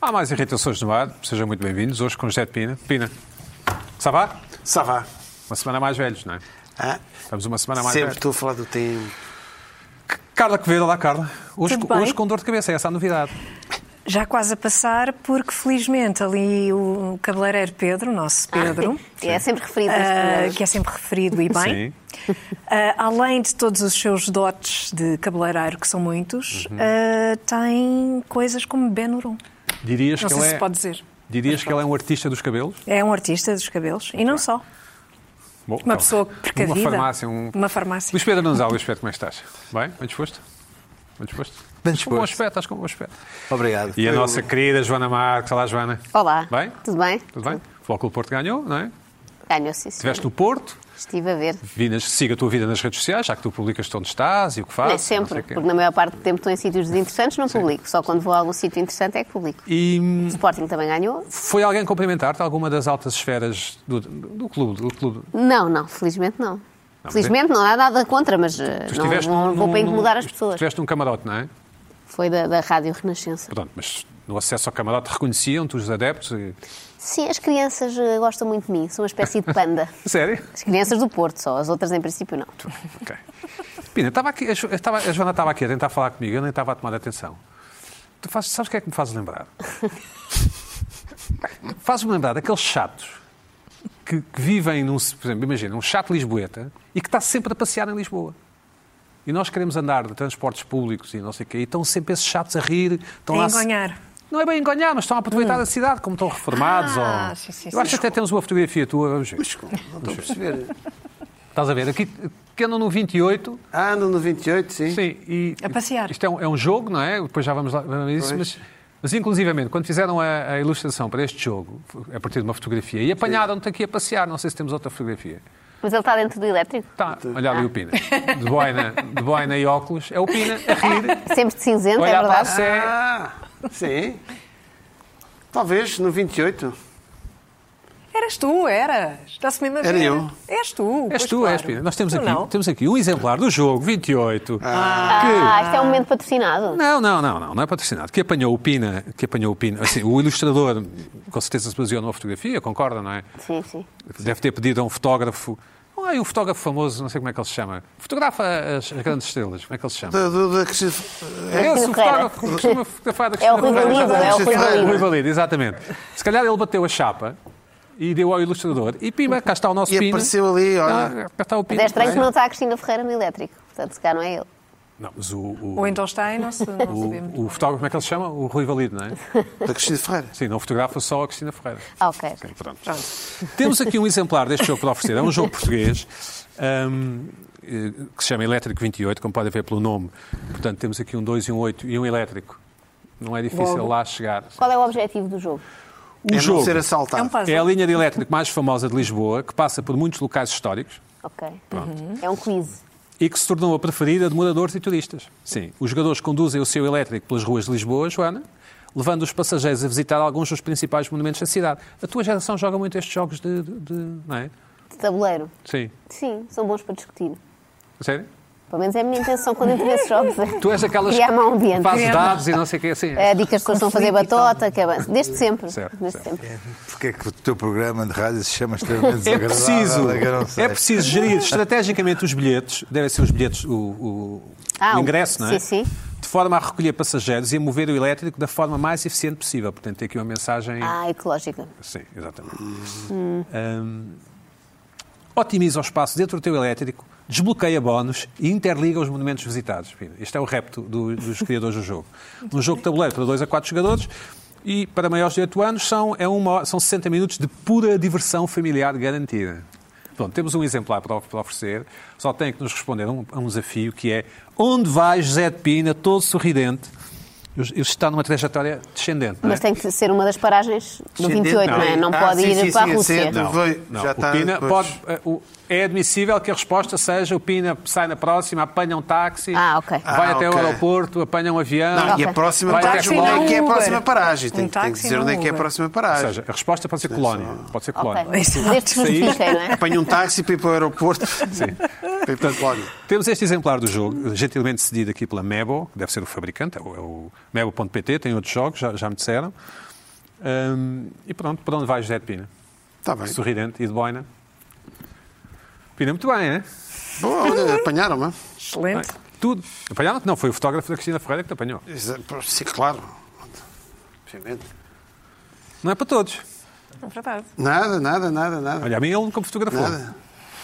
Há mais irritações no ar, sejam muito bem-vindos. Hoje com José de Pina. Pina, Savá? Savá. Uma semana mais velhos, não é? Ah, Estamos uma semana mais sempre velhos. estou a falar do tempo. Carla Quevedo, lá Carla. Hoje, Tudo bem? hoje com dor de cabeça, essa é a novidade. Já quase a passar, porque felizmente ali o cabeleireiro Pedro, o Ah, nosso Pedro, É sempre referido a este ah, problema. que é sempre referido e bem, ah, além de todos os seus dotes de cabeleireiro, que são muitos, Uhum. ah, tem coisas como Ben Hurun. Dirias Não que sei ele se é... pode dizer. Dirias que ele é um artista dos cabelos? É um artista dos cabelos e não só. Bom, Uma então, pessoa precavida. Uma farmácia, um... Uma farmácia. Luís Pedro Nanzal, Luís Pedro, como é que estás? Bem? Bem disposto? Bem disposto? Bem Com um disposto. bom aspecto, estás com um bom aspecto. Obrigado. E a Eu- nossa querida Joana Marques. Olá, Joana. Olá. Bem? Tudo bem? Tudo um bem? O Futebol Clube do Porto ganhou, não é? Ganhou, sim, senhor. Estiveste no Porto, Estive a ver. vi nas- siga a tua vida nas redes sociais, já que tu publicas onde estás e o que fazes. Nem não sei é. sempre, o quê. porque na maior parte do tempo estou em sítios desinteressantes, não publico. Só quando vou a algum sítio interessante é que publico. E O hum, Sporting também ganhou? foi alguém cumprimentar-te, alguma das altas esferas do, do clube? Do clube. Não, não, felizmente não. mas felizmente não, não há nada contra, mas eh, Tu não, estiveste não num- vou para num- incomodar as tu pessoas. Estiveste num camarote, não é? Foi da, da Rádio Renascença. Pronto, mas no acesso ao camarote reconheciam-te os adeptos. E... Sim, as crianças eh, gostam muito de mim, sou uma espécie de panda. Sério? As crianças do Porto só, as outras em princípio não. Ok. Pina, estava aqui, a, Jo- estava- a Joana estava aqui a tentar falar comigo, eu nem estava a tomar atenção. Tu fazes- sabes o que é que me fazes lembrar? Fazes-me lembrar daqueles chatos que, que vivem num, por exemplo, imagina, um chato lisboeta e que está sempre a passear em Lisboa. E nós queremos andar de transportes públicos e não sei o quê, e estão sempre esses chatos a rir, estão então, lá Tem a se- ganhar. Não é bem enganhar, mas estão a aproveitar a cidade, como estão reformados. Hum. Ah, ou... sim, sim, Eu acho que até temos uma fotografia tua, vamos ver. Não estou a perceber. Estás a ver? Aqui, que andam no 28, Ah, ando no 28, sim. Sim, e. A passear. Isto é um, é um jogo, não é? Depois já vamos lá vamos a isso, mas. Mas, inclusivamente, quando fizeram a, a ilustração para este jogo, é a partir de uma fotografia, e apanharam-te aqui a passear, não sei se temos outra fotografia. Mas ele está dentro do elétrico? Tá, olha ali o Pina. De boina, de boina e óculos, é o Pina a rir, Sempre de cinzento, é olhar para a verdade? Sé. Ah, sim. Talvez no 28. Eras tu, eras. Está-se mesmo a ver. Era eu. És tu. És pois tu, claro. és Pina. Nós temos Tu aqui, não. temos aqui um exemplar do jogo, 28. Ah, isto é um momento patrocinado. Não, não, não, não, não é patrocinado. Que apanhou o Pina, que apanhou o Pina, assim, o ilustrador com certeza se baseou numa fotografia, concorda, não é? Sim, sim. Deve ter pedido a um fotógrafo. Não há um fotógrafo famoso, não sei como é que ele se chama. Fotografa as, as grandes estrelas, como é que ele se chama? Do- do- da Cristina- É esse o Ferreira. fotógrafo que costuma fotografar da É o Cristina Rui Ferreira. Valido, é o Rui O Rui Valido. Valido, exatamente. Se calhar ele bateu a chapa e deu ao ilustrador. E pima, cá está o nosso E Pina. apareceu ali, olha. Ah, cá está o Mas Pina. é estranho que não está a Cristina Ferreira no elétrico. Portanto, se cá não é ele. Não, mas o, o, Ou então está e não, se, não sabemos. o, o fotógrafo, como é que ele se chama? O Rui Valido, não é? Da Cristina Ferreira. Sim, não fotografa só a Cristina Ferreira. Ah, ok. Ok, pronto. Temos aqui um exemplar deste jogo para oferecer. É um jogo português hum, eh, que se chama Elétrico 28, como podem ver pelo nome. Portanto, temos aqui um 2 e um 8 e um elétrico. Não é difícil Logo. lá chegar. Qual é o objetivo do jogo? O é jogo não ser É assaltado. um puzzle. é a linha de elétrico mais famosa de Lisboa, que passa por muitos locais históricos Ok. É um quiz. e que se tornou a preferida de moradores e turistas. Sim, os jogadores conduzem o seu elétrico pelas ruas de Lisboa, Joana, levando os passageiros a visitar alguns dos principais monumentos da cidade. A tua geração joga muito estes jogos de... de- de- não é? De tabuleiro. Sim. Sim, são bons para discutir. Sério? Pelo menos é a minha intenção quando entro nesses jogos. é Tu és aquelas Criar uma que fazes ambiente. dados e não sei o que assim. É, dicas que estão a fazer Conflito e batota, que é bem- Desde sempre. Certo, Desde certo. sempre. Porque é que o teu programa de rádio se chama extremamente É desagradável? preciso, que eu não sei. é preciso gerir estrategicamente os bilhetes, devem ser os bilhetes, o, o- Ah, o o- ingresso, não é? sim, sim. De forma a recolher passageiros e a mover o elétrico da forma mais eficiente possível. Portanto, tem aqui uma mensagem. Ah, ecológica. Sim, exatamente. Hum, otimiza o espaço dentro do teu elétrico, desbloqueia bónus e interliga os monumentos visitados. Pina. Este é o repto do- dos criadores do jogo. Um jogo de tabuleiro para 2 a 4 jogadores e para maiores de 8 anos são, é uma hora- são 60 minutos de pura diversão familiar garantida. Pronto, temos um exemplar para of- para oferecer, só tem que nos responder a um, a um desafio que é onde vai José de Pina, todo sorridente? Ele está numa trajetória descendente. não é? Mas tem que ser uma das paragens do 28, não é? Não Ah, pode sim, ir sim, para sim, a é Rússia. cedo. Vai- Não, já o está Pina depois. pode- eh, o- é admissível que a resposta seja o Pina sai na próxima, apanha um táxi, Ah, ok. vai Ah, até o ok. aeroporto, apanha um avião. Não, E Ok. a próxima Vai paragem. até Onde é que é a Uber. próxima paragem? Um Tem, tem que táxi dizer não onde é que é a Uber. próxima Ou paragem. seja, a resposta pode ser colónia. Pode ser colónia. Ok. Desde que justifiquem, não é? Apanho um táxi para ir para o aeroporto. Sim. Para ir para a Polónia. Temos este exemplar do jogo, gentilmente cedido aqui pela Mebo, que deve ser o fabricante, é o, é o mebo.pt, tem outros jogos, já, já me disseram. Hum, e pronto, para onde vai José de Pina? Está Tá bem. Sorridente e de boina. Pina, muito bem, hein? Boa, olha, apanharam-me. Excelente. Tudo. Apanharam-te? Não, foi o fotógrafo da Cristina Ferreira que te apanhou. Isso é, pô, Sim, claro. Obviamente. Não é para todos. É verdade. Nada, nada, nada, nada. Olha, a mim ele nunca me fotografou. Nada.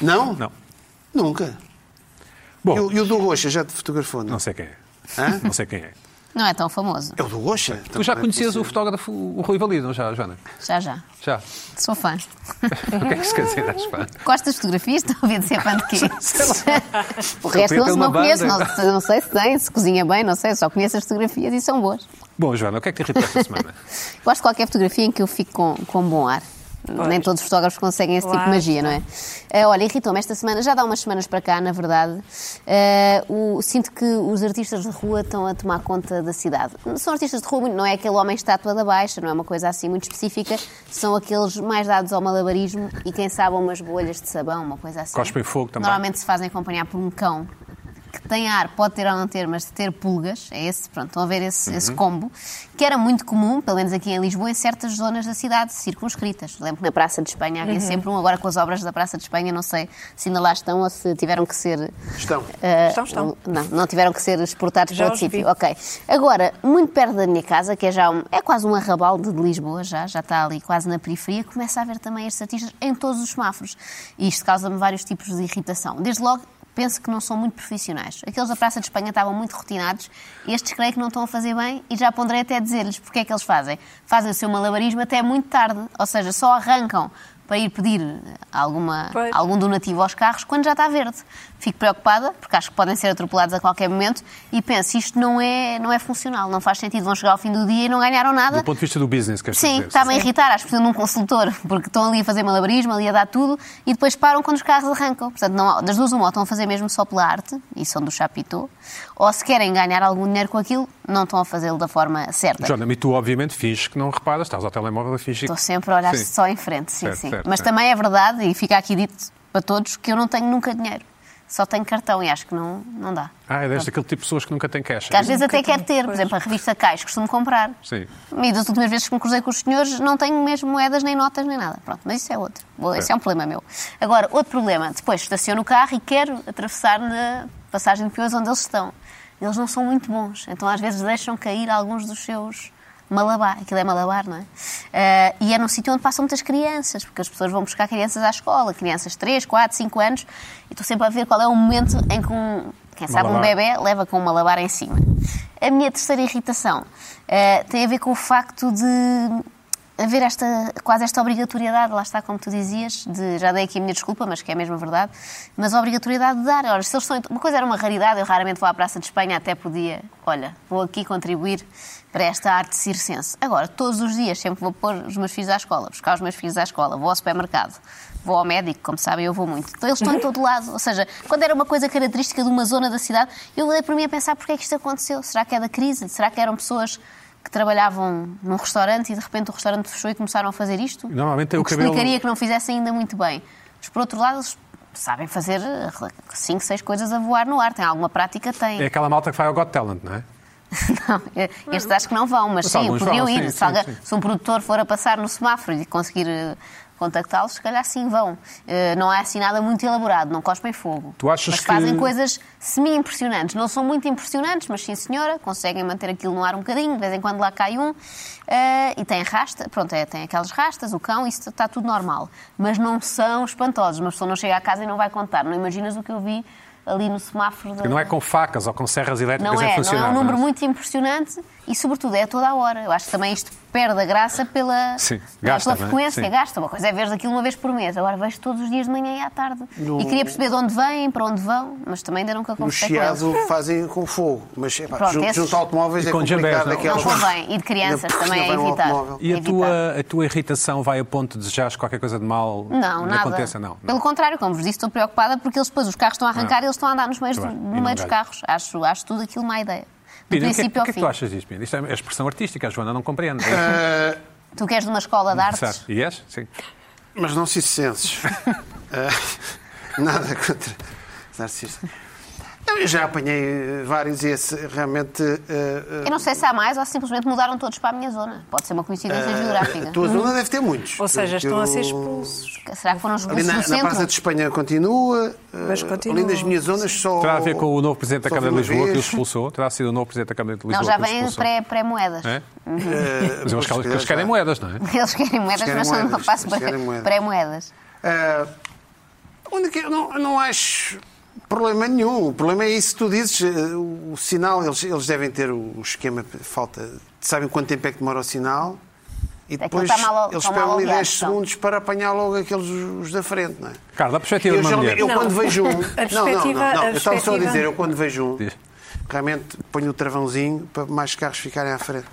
Não? Não. Nunca. Bom, E o, e o do Goxa já te fotografou, não? não sei quem é. Hã? Não sei quem é. Não é tão famoso. É o do Goxa? Tu já conhecias o fotógrafo, o Rui Valido, não já, Joana? Já, já. Já. Sou fã. O que é que se quer dizer das fã? Gostas de fotografias? Estou a ver de ser fã de quê? é. o resto Tem não, uma não conheço. Não, banda. não sei se tem, se cozinha bem, não sei. Só conheço as fotografias e são boas. Bom, Joana, o que é que te irritou esta semana? Gosto de qualquer fotografia em que eu fico com, com bom ar. Nem todos os fotógrafos conseguem esse tipo Claro. de magia, não é? Eh, olha, irritou-me esta semana, já dá umas semanas para cá, na verdade. eh, o- sinto que os artistas de rua estão a tomar conta da cidade. São artistas de rua, não é aquele homem estátua da baixa, não é uma coisa assim muito específica. São aqueles mais dados ao malabarismo e, quem sabe, a umas bolhas de sabão, uma coisa assim. Cospem fogo também. Normalmente se fazem acompanhar por um cão que tem ar, pode ter ou não ter, mas ter pulgas, é esse, pronto, estão a ver Uhum. esse, esse combo, que era muito comum, pelo menos aqui em Lisboa, em certas zonas da cidade circunscritas. Lembro que na Praça de Espanha havia sempre um, agora com as obras da Praça de Espanha, não sei se ainda lá estão ou se tiveram que ser Estão. É, Estão, Então estão. não, não tiveram que ser exportados Já para outro os vi. sítio. Ok. Agora, muito perto da minha casa, que é já um- é quase um arrabal de de Lisboa, já, já está ali quase na periferia, começa a haver também estes artistas em todos os semáforos. E isto causa-me vários tipos de irritação. Desde logo, penso que não são muito profissionais. Aqueles da Praça de Espanha estavam muito rotinados, estes creio que não estão a fazer bem e já ponderei até dizer-lhes porque é que eles fazem. Fazem o seu malabarismo até muito tarde, ou seja, só arrancam para ir pedir alguma, Pois. algum um donativo aos carros quando já está verde. Fico preocupada, porque acho que podem ser atropelados a qualquer momento, e penso, isto não é, não é funcional, não faz sentido, vão chegar ao fim do dia e não ganharam nada. Do ponto de vista do business, queres Sim, dizer? está-me a irritar, acho que preciso de um consultor, porque estão ali a fazer malabarismo, ali a dar tudo, e depois param quando os carros arrancam. Portanto, não, há- das duas uma, ou estão a fazer mesmo só pela arte, e são do chapitô, ou se querem ganhar algum dinheiro com aquilo, não estão a fazê-lo da forma certa. Joana, e tu obviamente finges que não reparas, estás ao telemóvel e finges Estou que... sempre a olhar Sim. só em frente, sim, Certo, sim. certo, Mas certo. também é verdade, e fica aqui dito para todos, que eu não tenho nunca dinheiro. Só tenho cartão e acho que não, não dá. Ah, é deste aquele tipo de pessoas que nunca têm cash. Que às vezes até tenho, quero ter, por pois. exemplo, a revista Cais costumo comprar. Sim. E das últimas vezes que me cruzei com os senhores, não tenho mesmo moedas, nem notas, nem nada. Pronto, mas isso é outro. Bom, Esse é um problema meu. Agora, outro problema. Depois estaciono o carro e quero atravessar na passagem de peões onde eles estão. Eles não são muito bons, então às vezes deixam cair alguns dos seus malabar. Aquilo é malabar, não é? Ah, e é num sítio onde passam muitas crianças, porque as pessoas vão buscar crianças à escola, crianças de 3, 4, 5 anos, e estou sempre a ver qual é o momento em que um, quem sabe um Malabar. bebê bebé leva com uma labar em cima. A minha terceira irritação eh, tem a ver com o facto de haver esta, quase esta obrigatoriedade, lá está como tu dizias, de, já dei aqui a minha desculpa, mas que é mesmo verdade, mas a obrigatoriedade de dar. Ora, se eles são, uma coisa era uma raridade, eu raramente vou à Praça de Espanha, até podia, olha, vou aqui contribuir para esta arte circense. Agora, todos os dias, sempre vou pôr os meus filhos à escola, buscar os meus filhos à escola, vou ao supermercado, Vou ao médico, como sabem, eu vou muito. Então, eles estão em todo lado. Ou seja, quando era uma coisa característica de uma zona da cidade, eu dei por mim a pensar porque é que isto aconteceu. Será que é da crise? Será que eram pessoas que trabalhavam num restaurante e de repente o restaurante fechou e começaram a fazer isto? Normalmente é o que cabelo- explicaria que não fizessem ainda muito bem. Mas, por outro lado, eles sabem fazer eh, cinco, seis coisas a voar no ar. Têm alguma prática? Têm. É aquela malta que vai ao Got Talent, não é? Não, é, estes acho que não vão, Mas mas, sim, alguns poderiam vão, ir. sim, se, sim, alguém- sim. se um produtor for a passar no semáforo e conseguir eh, contactá-los, se calhar sim vão. Eh, não é assim nada muito elaborado, não cospem fogo. Tu achas mas que- fazem coisas semi-impressionantes. Não são muito impressionantes, mas sim, senhora, conseguem manter aquilo no ar um bocadinho, de vez em quando lá cai um. eh, e tem rasta, pronto, é, tem aquelas rastas, o cão, isso está tudo normal. Mas não são espantosos. Uma pessoa não chega à casa e não vai contar. Não imaginas o que eu vi ali no semáforo. da- Não é com facas ou com serras elétricas não a é, não funcionar. é um número não muito impressionante e, sobretudo, é a toda a hora. Eu acho que também isto perde a graça pela, Sim, pela gasta, não é? frequência. Sim. Gasta. Uma coisa é veres aquilo uma vez por mês, agora vejo todos os dias de manhã e à tarde. E queria perceber de onde vêm, para onde vão, mas também ainda nunca No conversei com eles. Chiado fazem com fogo, mas epá, é Pronto, junto, esses- junto a automóveis E é com jambés, complicado. não? aquelas- Não convém. E de crianças Ainda- também é ainda vai um evitar. automóvel. E a evitar. tua, a tua irritação vai a ponto de desejares qualquer coisa de mal Não, lhe nada. aconteça? Não. não. Pelo contrário, como vos disse, estou preocupada porque eles depois os carros estão a arrancar Não. e eles estão a andar nos meios Muito do- bem. no E não meio dos ganho. carros. Acho, acho tudo aquilo uma ideia. Do Pina, o que, é- princípio o que é ao que fim. tu achas disto, Pina? Isto é expressão artística, a Joana não compreende. Tu queres de uma escola de artes? Sabe? E és? Sim. Mas não Ah, circenses. Eh, Nada contra os narcisistas. Eu já apanhei eh, vários e esse realmente. eh, Eu não sei se há mais ou se simplesmente mudaram todos para a minha zona. Pode ser uma coincidência eh, a geográfica. tua zona deve ter muitos. Ou seja, porque estão a eu- ser expulsos. Será que foram Ali expulsos na, do na Praça centro? de Espanha continua, eh, Mas continua. ali nas minhas zonas só. Terá a ver com o novo Presidente da só Câmara de vi uma Lisboa que o vez. expulsou? Terá sido o novo Presidente da Câmara de Lisboa Não, já que o vem expulsou? pré- pré-moedas. É? Eh, Mas eles, pois, eles querem já. moedas, não é? Eles querem moedas, querem mas só não moedas, faço eles querem moedas. pré-moedas. Ah, onde é que eu não, não acho problema nenhum. O problema é isso que tu dizes. eh, o sinal, eles, eles devem ter o, o esquema de falta. Sabem quanto tempo é que demora o sinal e depois está mal al- eles está mal pegam ali aliado, 10 então. segundos para apanhar logo aqueles os da frente, não é? Carla, a perspectiva de uma mulher. geralmente- eu Não. quando vejo um. A não, não, não, perspectiva- não. a Eu estava só a perspectiva- dizer, eu quando vejo um, Diz. realmente ponho o travãozinho para mais carros ficarem à frente.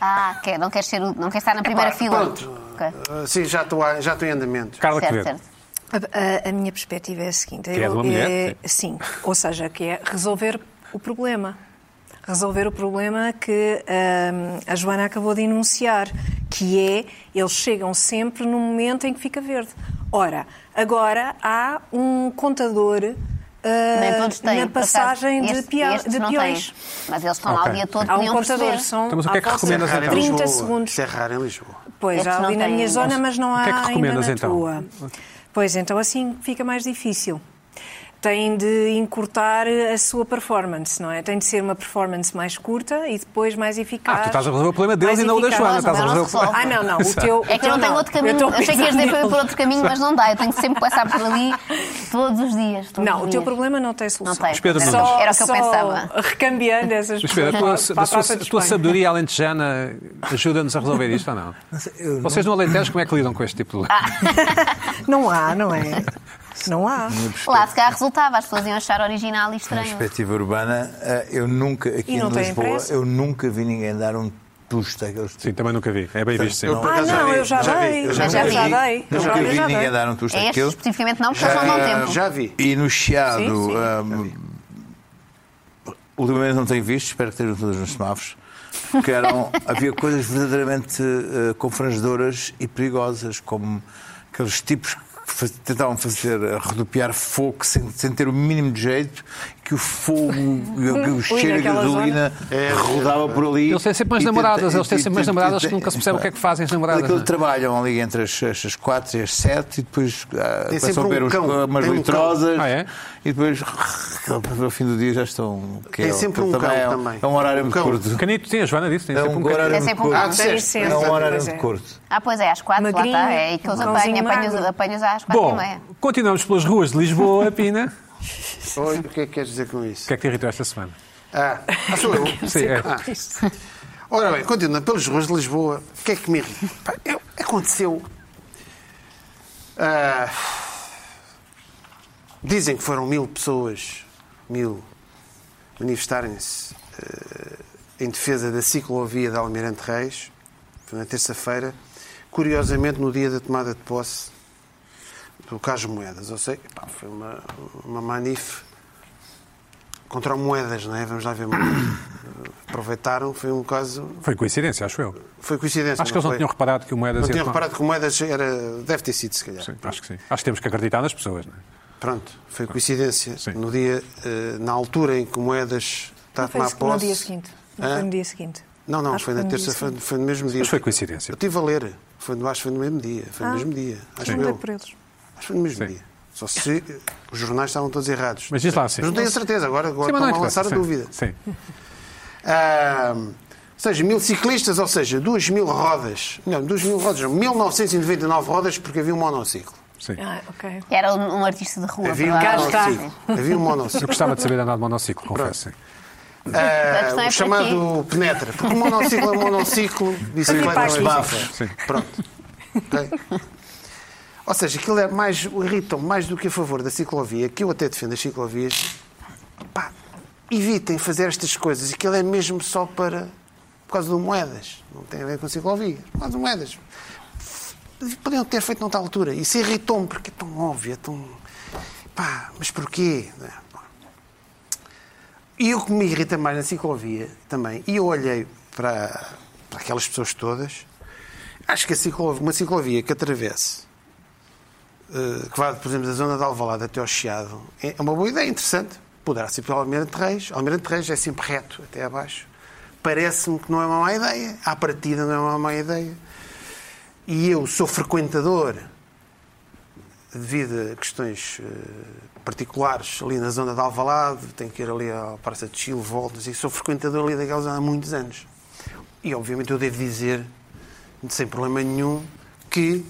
Ah, quer, não, queres ser, o- não queres estar na primeira fila. Pronto. Ok. Ah, sim, já estou, a- já estou em andamento. Carla Certo, Quevedo. certo. A, a- a minha perspectiva é a seguinte. é de uma mulher, eh, sim, ou seja, que é resolver o problema. Resolver o problema que hum, a Joana acabou de enunciar, que é eles chegam sempre no momento em que fica verde. Ora, agora há um contador eh, Nem todos têm. na por acaso. passagem de, Este- pia- estes de não peões. têm. Mas eles estão lá Ok. o dia todo, Há um podiam contador, perceber. são Então, mas o que é à que volta recomendas, de então? 30 Lisboa. segundos. Isso é raro em Lisboa. Pois, Estes há não ali na têm minha ainda. zona, mas não O há que é que ainda recomendas, na então? tua. Pois, então assim fica mais difícil. Tem de encurtar a sua performance, não é? Tem de ser uma performance mais curta e depois mais eficaz. Ah, tu estás a resolver o problema deles mais e não o da eficaz. Joana. Estás a mas resolver o não se resolve. problema. Ah, não, não. O teu, o É que teu eu não tenho outro caminho. estou a Eu sei que ias dizer pensar para eu ir nele. por outro caminho, mas não dá. Eu tenho que sempre passar por ali todos os dias. todos Não, os o teu dias. problema não tem solução. Não tem. Mas Pedro Só- Nunes. Era o que eu só pensava. Recambiando essas Mas Pedro, a tua, para da a sua- Praça de a tua Espanha. sabedoria alentejana ajuda-nos a resolver isto ou não? eu Vocês no Alentejo como é que lidam com este tipo de Ah. problema? Não há, não é? Não há. Lá se calhar resultava, as pessoas iam achar original e Na estranho. perspectiva urbana, eh, eu nunca, aqui E em não tem Lisboa, impresso? eu nunca vi ninguém dar um tusto àqueles Sim, também nunca vi. É bem visto, sim. Eu, por Ah, acaso, não, vi, eu já vi, dei. eu Mas já Nunca já vi- dei. Eu já Nunca dei, vi já dei. ninguém dar um tusto É este àqueles. especificamente não, porque eles não dão tempo. Ah, Já vi. E no Chiado, Sim, sim. ah, ultimamente não tenho visto, espero que estejam todas nos semáforos, porque eram, havia coisas verdadeiramente ah, confrangedoras e perigosas, como aqueles tipos que fa- tentavam fazer ah, rodopiar fogo sem, sem ter o mínimo de jeito, que o fogo e o, e o cheiro de naquela zona. gasolina É, eh, rodava por ali. Eles têm sempre umas E tenta- namoradas, e- eles têm e- sempre umas e- namoradas e- que nunca se percebe o que é que fazem as namoradas, Aquilo não é? trabalham ali entre as, as, as 4 e as 7 e depois ah, Tem passam sempre a um ver uns- cão, umas tem um cão. litrosas Ah, é? e depois, ao fim do dia, já estão. Que Tem é- sempre um também cão é, também. É um horário Um muito cão. curto. Canito, sim, a Joana disse, tem É sempre um um canto. horário É muito sempre um Ah, curto. caso. disseste. É um horário Pois é. muito curto. Ah, pois é, às quatro, lá Magrinho, está. É aí que eu os apanho, cãozinho apanho, magro. apanho às quatro e Bom, meia. continuamos pelas ruas de Lisboa, Pina. Oi, o que é que queres dizer com isso? O que é que te irritou esta semana? Ah, sou eu. Sim, é. Ah. Ora bem, continuando pelas ruas de Lisboa, o que é que me irrita? Pá, eu- aconteceu. Ah, dizem que foram mil pessoas, mil, manifestarem-se eh, em defesa da ciclovia da Almirante Reis, foi na terça-feira, curiosamente no dia da tomada de posse do Caso Moedas. Ou seja, pá, foi uma, uma manif contra o Moedas, não é? Vamos lá ver. Aproveitaram, foi um caso Foi coincidência, acho eu. foi coincidência. Acho que eles não foi? tinham reparado que o Moedas... Não ia tinham tomar- reparado que o Moedas era. Deve ter sido, se calhar. Sim, acho que sim. Acho que temos que acreditar nas pessoas, não é? Pronto, foi coincidência. Sim. No dia, eh, na altura em que o Moedas está a Não foi tomar isso- no posse. dia seguinte. Não Hã? foi no dia seguinte. Não, não, Acho foi que na no dia terça-feira, seguinte. foi no mesmo dia. Mas foi coincidência. Eu estive a ler. Foi, no- acho que foi no mesmo dia. Foi no Ah, mesmo dia. Acho Não eu. dei por eles. Acho que foi no mesmo Sim. dia. Só se eh, os jornais estavam todos errados. Mas diz lá, sim. Mas não tenho a certeza, agora, agora Sim, mas não estão a interessa, lançar a sim. dúvida. Sim. Ah, ou seja, mil ciclistas, ou seja, duas mil rodas. Não, duas mil rodas, não, 1999 rodas porque havia um monociclo. Sim. Ah, ok. Era um, um artista de É rua. Havia um provavelmente. Cá está. monociclo. Havia um Eu monociclo. gostava de saber andar de monociclo, confesso. sim. Ah, A questão é o para chamado penetra. Porque o monociclo é um monociclo, Havia bicicleta para é aqui. bicicleta. Sim. Pronto. Ok? Ou seja, aquilo é mais, irritam mais do que a favor da ciclovia, que eu até defendo as ciclovias. Pá, evitem fazer estas coisas. Aquilo é mesmo só para. por causa do moedas. Não tem a ver com ciclovias. Por causa do moedas. Podiam ter feito noutra altura. Isso irritou-me, porque é tão óbvio, é tão. Pá, mas porquê? Não é? E o que me irrita mais na ciclovia também, e eu olhei para, para aquelas pessoas todas, acho que a ciclovia, uma ciclovia que atravesse, eh, que vá, por exemplo, da zona de Alvalade até ao Chiado, é uma é boa ideia, interessante. poderá ser pelo Almirante Reis. Almirante Reis é sempre reto, até abaixo. Parece-me que não é uma má ideia. À partida não é uma má ideia. E eu sou frequentador, devido a questões eh, particulares, ali na zona de Alvalade, tenho que ir ali à Praça de Chile, volto, e sou frequentador ali daquela zona há muitos anos. E, obviamente, eu devo dizer, sem problema nenhum, que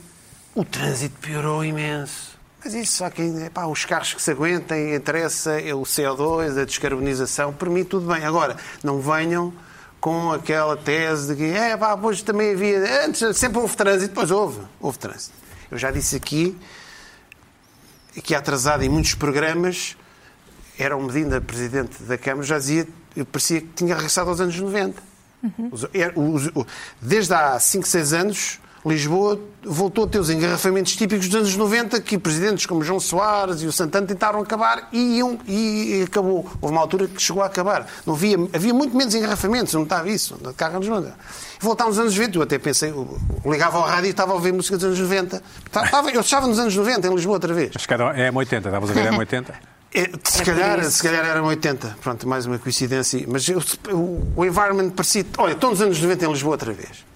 o trânsito piorou imenso. Mas isso, só quem. Pá, os carros que se aguentem, interessa é o CO2, a descarbonização, por mim tudo bem. Agora, não venham com aquela tese de que, é pá, pois também havia. Antes sempre houve trânsito, depois houve. Houve trânsito. Eu já disse aqui, que atrasado em muitos programas, era um Medina, presidente da Câmara, já dizia, eu parecia que tinha regressado aos anos 90. Os- era- os- o- desde há 5, 6 anos, Lisboa voltou a ter os engarrafamentos típicos dos anos 90 que presidentes como João Soares e o Santana tentaram acabar e, iam- e acabou. Houve uma altura que chegou a acabar. Não havia, havia muito menos engarrafamentos, eu não estava isso. De carro anos 90. Voltámos aos anos 90, eu até pensei, eu ligava ao rádio e estava a ouvir música dos anos 90. Estava- eu estava nos anos 90 em Lisboa outra vez. Acho que era- é M80, estavas a ver M80? É, se, calhar, se calhar eram 80. Pronto, mais uma coincidência. Mas eu- o, o environment parecia. Olha, estão nos anos 90 em Lisboa outra vez.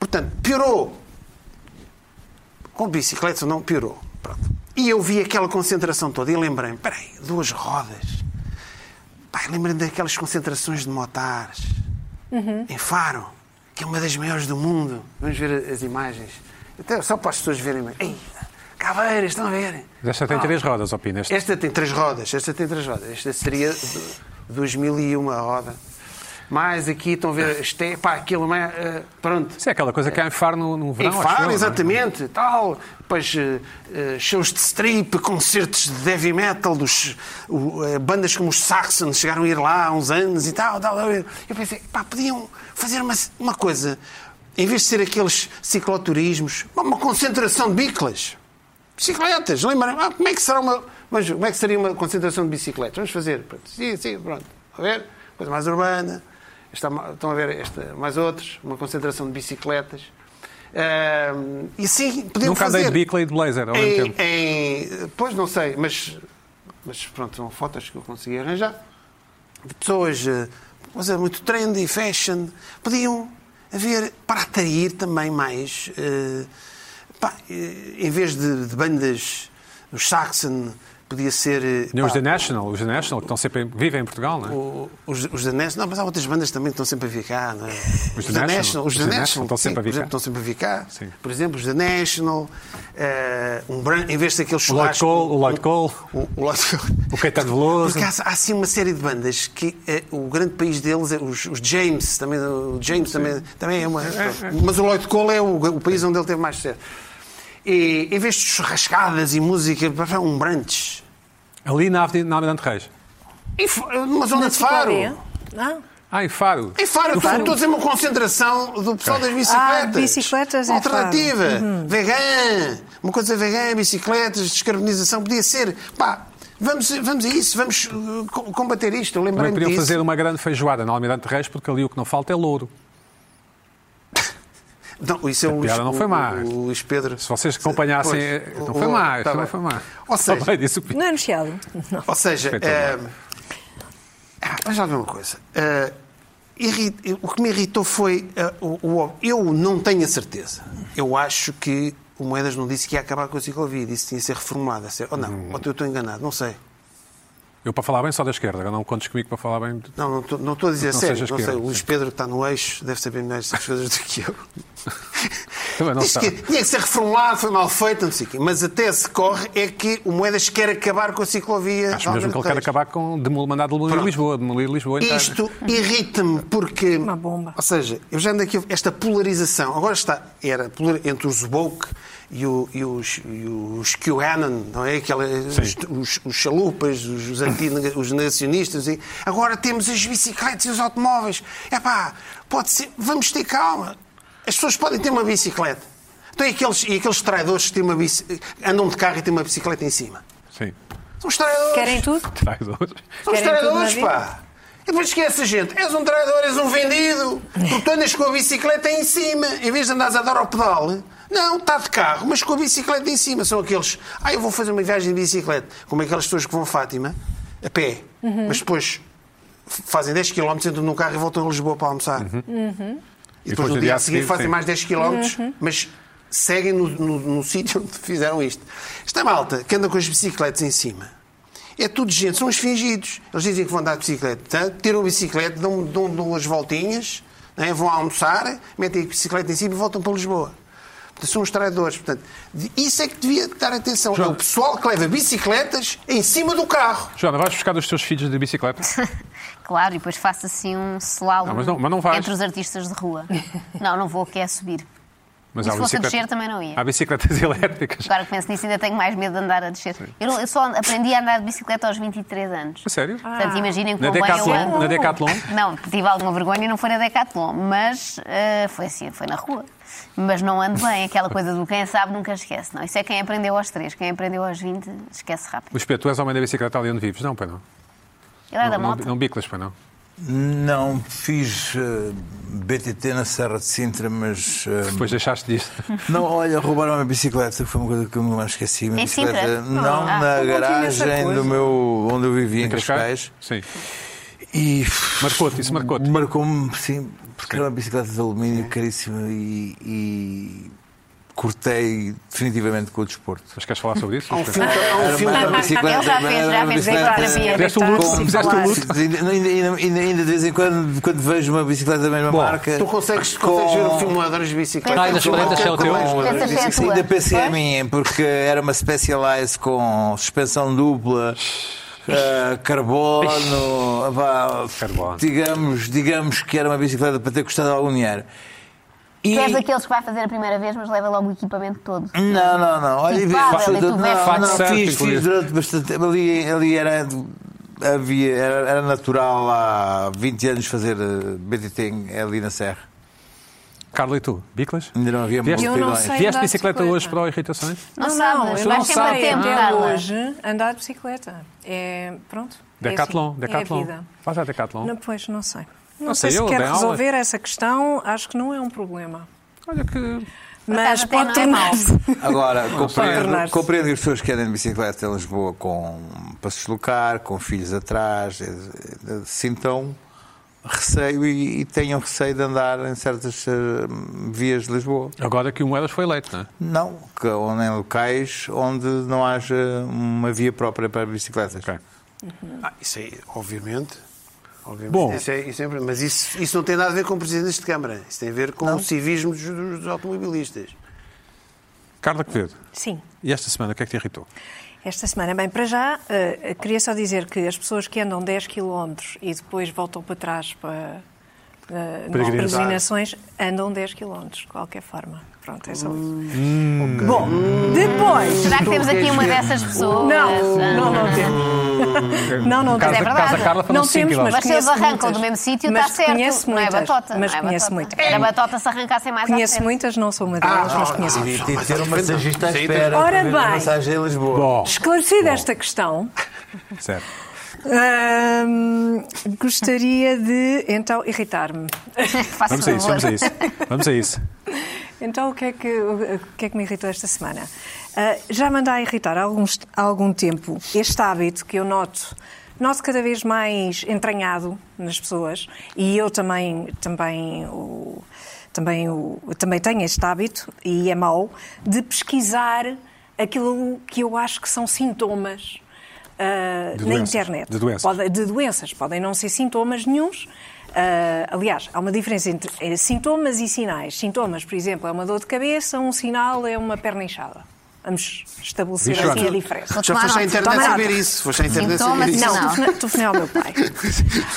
Portanto, piorou. Com bicicleta não piorou. Pronto. E eu vi aquela concentração toda e lembrei-me: peraí, duas rodas. Pai, lembrei-me daquelas concentrações de motares em Faro, que é uma das maiores do mundo. Vamos ver as imagens. Até só para as pessoas verem. Ei, caveiras, estão a ver? Esta tem Ah. três rodas, opina. Este... Esta tem três rodas, esta tem três rodas. Esta seria do- 2001 a roda. Mais aqui estão a ver, isto é, pá, aquilo mais. eh, pronto. Isso é aquela coisa que há em Faro no, no verão, Em acho eu, Faro, não é? exatamente, tal. Depois eh, eh, shows de strip, concertos de heavy metal, dos, o, eh, bandas como os Saxons chegaram a ir lá há uns anos e tal. tal, tal. Eu pensei, pá, podiam fazer uma, uma coisa, em vez de ser aqueles cicloturismos, uma concentração de biclas. Bicicletas, lembra? Ah, como é que será uma. Mas como é que seria uma concentração de bicicletas? Vamos fazer. Pronto. Sim, sim, pronto. A ver? Coisa mais urbana. Esta- estão a ver esta, mais outros, uma concentração de bicicletas. Ahm, e sim, podiam Nunca andei fazer. É, de bicla e de blazer ao mesmo em, tempo. em- Pois não sei, mas, mas pronto, são fotos que eu consegui arranjar de pessoas, eh, coisa muito trendy, fashion, podiam haver, para atrair também mais, eh, pá, eh, em vez de, de bandas, os Saxon, podia ser... eh, Tinha Os pá, The National, os The National, que estão sempre, em- vivem em Portugal, não é? o- os, os The National, não, mas há outras bandas também que estão sempre a vir cá, não é? Os The National, os The National, estão sim, sempre a vir por exemplo, cá. estão sempre a vir cá. Sim. Por exemplo, os The National, eh, um bran- em vez daquele O Lloyd churrasco... Cole, o Lloyd Cole, O, o Lloyd o Caetano Veloso. Porque há, há assim uma série de bandas que eh, o grande país deles é os, os James, também, o James também, também é uma. Mas o Lloyd Cole é o, o país onde ele teve mais sucesso. E em vez de churrascadas e música, um brunch. Ali na Avenida na Almirante Reis. E fo- numa zona de faro. Ciclovia? Ah, Ah, em Faro. Em Faro, estou estou a dizer uma concentração do pessoal das bicicletas. Ah, bicicletas é Alternativa. Vegan. Uma coisa vegan, bicicletas, descarbonização. Podia ser. Pá, vamos, vamos a isso. Vamos uh, co- combater isto. Eu Também lembrei-me podiam disso. fazer uma grande feijoada na Almirante Reis, porque ali o que não falta é louro. Não, isso é o piada não Luís- foi má. O, o Luís Pedro. Se vocês acompanhassem. eh, Pois, não o- foi o- má, tá isso não bem. foi má. Ou seja- Também disse o que- não é anunciado. Não. Ou seja, eh, Espetacular. ah, mas já uma coisa. Eh, irri- o que me irritou foi. eh, o, o- eu não tenho a certeza. Eu acho que o Moedas não disse que ia acabar com a ciclovia, disse que ia ser reformulada. Se- Ou não, Hum. ou eu estou enganado, não sei. Eu para falar bem só da esquerda, agora não contes comigo para falar bem. de- Não, não estou- não estou a dizer Não sério. sejas Não sei, esquerda, o Luís Pedro que está no eixo deve saber melhor estas coisas do que eu. Também não Diz sabe. que tinha que ser reformulado, foi mal feito, não sei o quê. Mas a tese que corre é que o Moedas quer acabar com a Acho ciclovia. mesmo que ele Almirante quer Reis. acabar com demol- mandar demolir Pronto. Lisboa, demolir Lisboa inteira. Isto irrita-me porque. Uma bomba. Ou seja, eu já ando aqui. Esta polarização. Agora está. Era polar- entre os woke e, o- e os, e os QAnon, não é? Aquela, os, os, os chalupas, os, os, anti, os negacionistas. E agora temos as bicicletas e os automóveis. É pá, pode ser. Vamos ter calma. As pessoas podem ter uma bicicleta. Então, e aqueles, e aqueles traidores que têm uma bici- andam de carro e têm uma bicicleta em cima? tá- Sim. São os traidores. Querem tudo? Traz outros. São os Querem tudo na traidores, vida. pá. E depois esquece a gente. És um traidor, és um vendido. É. Porque tu andas com a bicicleta em cima. Em vez de andares a dar ao pedal, não, está de carro, mas com a bicicleta em cima. São aqueles. Ah, eu vou fazer uma viagem de bicicleta. Como aquelas pessoas que vão a Fátima. a pé, Uhum. mas depois fazem 10 km, entram num carro e voltam a Lisboa para almoçar. Uhum. E depois no dia a seguir fazem sim. mais 10 km, mas seguem no, no- no sítio onde fizeram isto. Esta malta que anda com as bicicletas em cima. É tudo gente, são os fingidos. Eles dizem que vão andar de bicicleta, tá? tiram a bicicleta, dão, dão duas voltinhas, né? vão almoçar, metem a bicicleta em cima e voltam para Lisboa. Portanto, são os traidores. Portanto, de- isso é que devia dar atenção. É o pessoal que leva bicicletas em cima do carro. Joana, vais buscar os teus filhos de bicicleta? Claro, e depois faço assim um Não, slalom mas não- mas não vais. entre os artistas de rua. não, não vou, que é subir. Mas E há se fosse a bicicleta- descer, também não ia. Há bicicletas elétricas. Agora que penso nisso, ainda tenho mais medo de andar a descer. Eu, não- eu só aprendi a andar de bicicleta aos 23 anos. A sério? Portanto, imaginem Na como bem eu Decathlon? ando. Na Decathlon? Não, tive alguma vergonha e não foi na Decathlon, mas eh, foi assim, foi na rua. Mas não ando bem, aquela coisa do quem sabe nunca esquece, não. Isso é quem aprendeu aos 3, quem aprendeu aos 20 esquece rápido. Mas Pedro, tu és homem da bicicleta ali onde vives? Não, pois não. Eu era É da Não, não, moto. não biclas, pois não. Não fiz eh, BTT na Serra de Sintra, mas. eh, Depois deixaste disto. Não, olha, roubaram a minha bicicleta, foi uma coisa que eu nunca mais esqueci. Minha Em Sintra? bicicleta, Não. Não, Ah, na não tinha essa garagem coisa. do meu, onde eu vivia, em Cascais. Sim. E Marcou-te, isso marcou-te. Marcou-me, sim, porque era uma bicicleta de alumínio caríssima e, e cortei definitivamente com o desporto. Mas queres falar sobre isso? Há um filme, há um filme Era uma bicicleta- Ele já fez, era já uma fez bicicleta- terapia. Fizeste o luto, fizeste o luto. Ainda, ainda- ainda- ainda de vez em quando, quando vejo uma bicicleta da mesma marca. Tu consegues, consegues ver o filme Ladrões de Bicicleta? Ah, e das bicicletas é o teu? Pensas que é a Sim, tua? ainda pensei a Foi? minha, porque era uma Specialized com suspensão dupla, eh, carbono, vá, Carbono. Digamos, digamos que era uma bicicleta para ter custado algum dinheiro. E- Tu és daqueles que vai fazer a primeira vez, mas leva logo o equipamento todo. Não, não, não. Olha, E vi- pá, fa- Bela, e tu não, veste- não, Fato certo, fiz, inclusive. fiz durante bastante tempo. Ali, ali era, havia, era, era natural há 20 anos fazer eh, BTT em- ali na Serra. Carla, e tu? Biclas? Ainda não havia Vieste- Eu não multidões. sei. Vieste andar de de bicicleta bicicleta. hoje para o Irritações? Não, Ah, Não, sabes, não, eu é vais não sempre a sei tempo, até Carla. hoje andar de bicicleta. É, pronto. é Decathlon, assim, É a Decathlon. vida. Faz a Decathlon. Não, pois, não sei. Não, Não sei, sei, eu se quer dei aulas. resolver essa questão, acho que não é um problema. Olha que... Mas até pode não ter é mau. mais. Agora, tornar-se. compreendo, compreendo que as pessoas que andam de bicicleta em Lisboa com, para se deslocar, com filhos atrás, eh, eh, sintam receio e, e tenham receio de andar em certas eh, vias de Lisboa. Agora que o Moedas foi eleito, não é? Não, que, ou em locais onde não haja uma via própria para bicicletas. Ok. Ah, isso aí, obviamente. obviamente. Bom. Isso é, isso é, mas isso, isso não tem nada a ver com presidentes de Câmara. Isso tem a ver com o civismo dos, dos automobilistas. Carla Quevedo, Sim. e esta semana o que é que te irritou? Esta semana, bem, para já, eh, queria só dizer que as pessoas que andam 10 km e depois voltam para trás para eh, nas Peregrinar. peregrinações, andam 10 km, de qualquer forma. Pronto, é só isso. Bom, depois. Será que temos aqui uma dessas pessoas? Ah, Não, Hum. não, não temos. Não, não Casa, temos. verdade. casa Carla foram é Não 5 km. temos, Mas se eles Conheço arrancam muitas. do mesmo sítio, Mas está certo. conheço Não é muitas. batota. Mas não é conheço batota. muitas. Era batota se arrancassem mais à Conheço frente. muitas, não sou uma Ah, delas, mas conheço muitas. E ter um massagista à espera Ora para ver uma bem. massagem em Lisboa. Bom, Esclarecida esta questão, certo. Ahm, gostaria de então irritar-me. Faça Vamos a isso, favor. vamos a isso. Vamos a isso. Então o que é que, o que, é que me irritou esta semana? Ah, já me anda a irritar há, alguns, há algum tempo este hábito que eu noto, noto cada vez mais entranhado nas pessoas e eu também, também, o, também, o, também tenho este hábito, e é mau, de pesquisar aquilo que eu acho que são sintomas. ah, De na doenças, internet. de doenças. Pode- de doenças. Podem não ser sintomas nenhums. Ah, aliás, há uma diferença entre eh, sintomas e sinais. Sintomas, por exemplo, é uma dor de cabeça, um sinal é uma perna inchada. Vamos estabelecer Diz, assim Joana. a diferença. Vou Já tomar foste à nota. internet Toma saber nota. Então, isso. Foste à internet Sintomas, saber isso. Não. Não, telefonei- telefonei ao meu pai.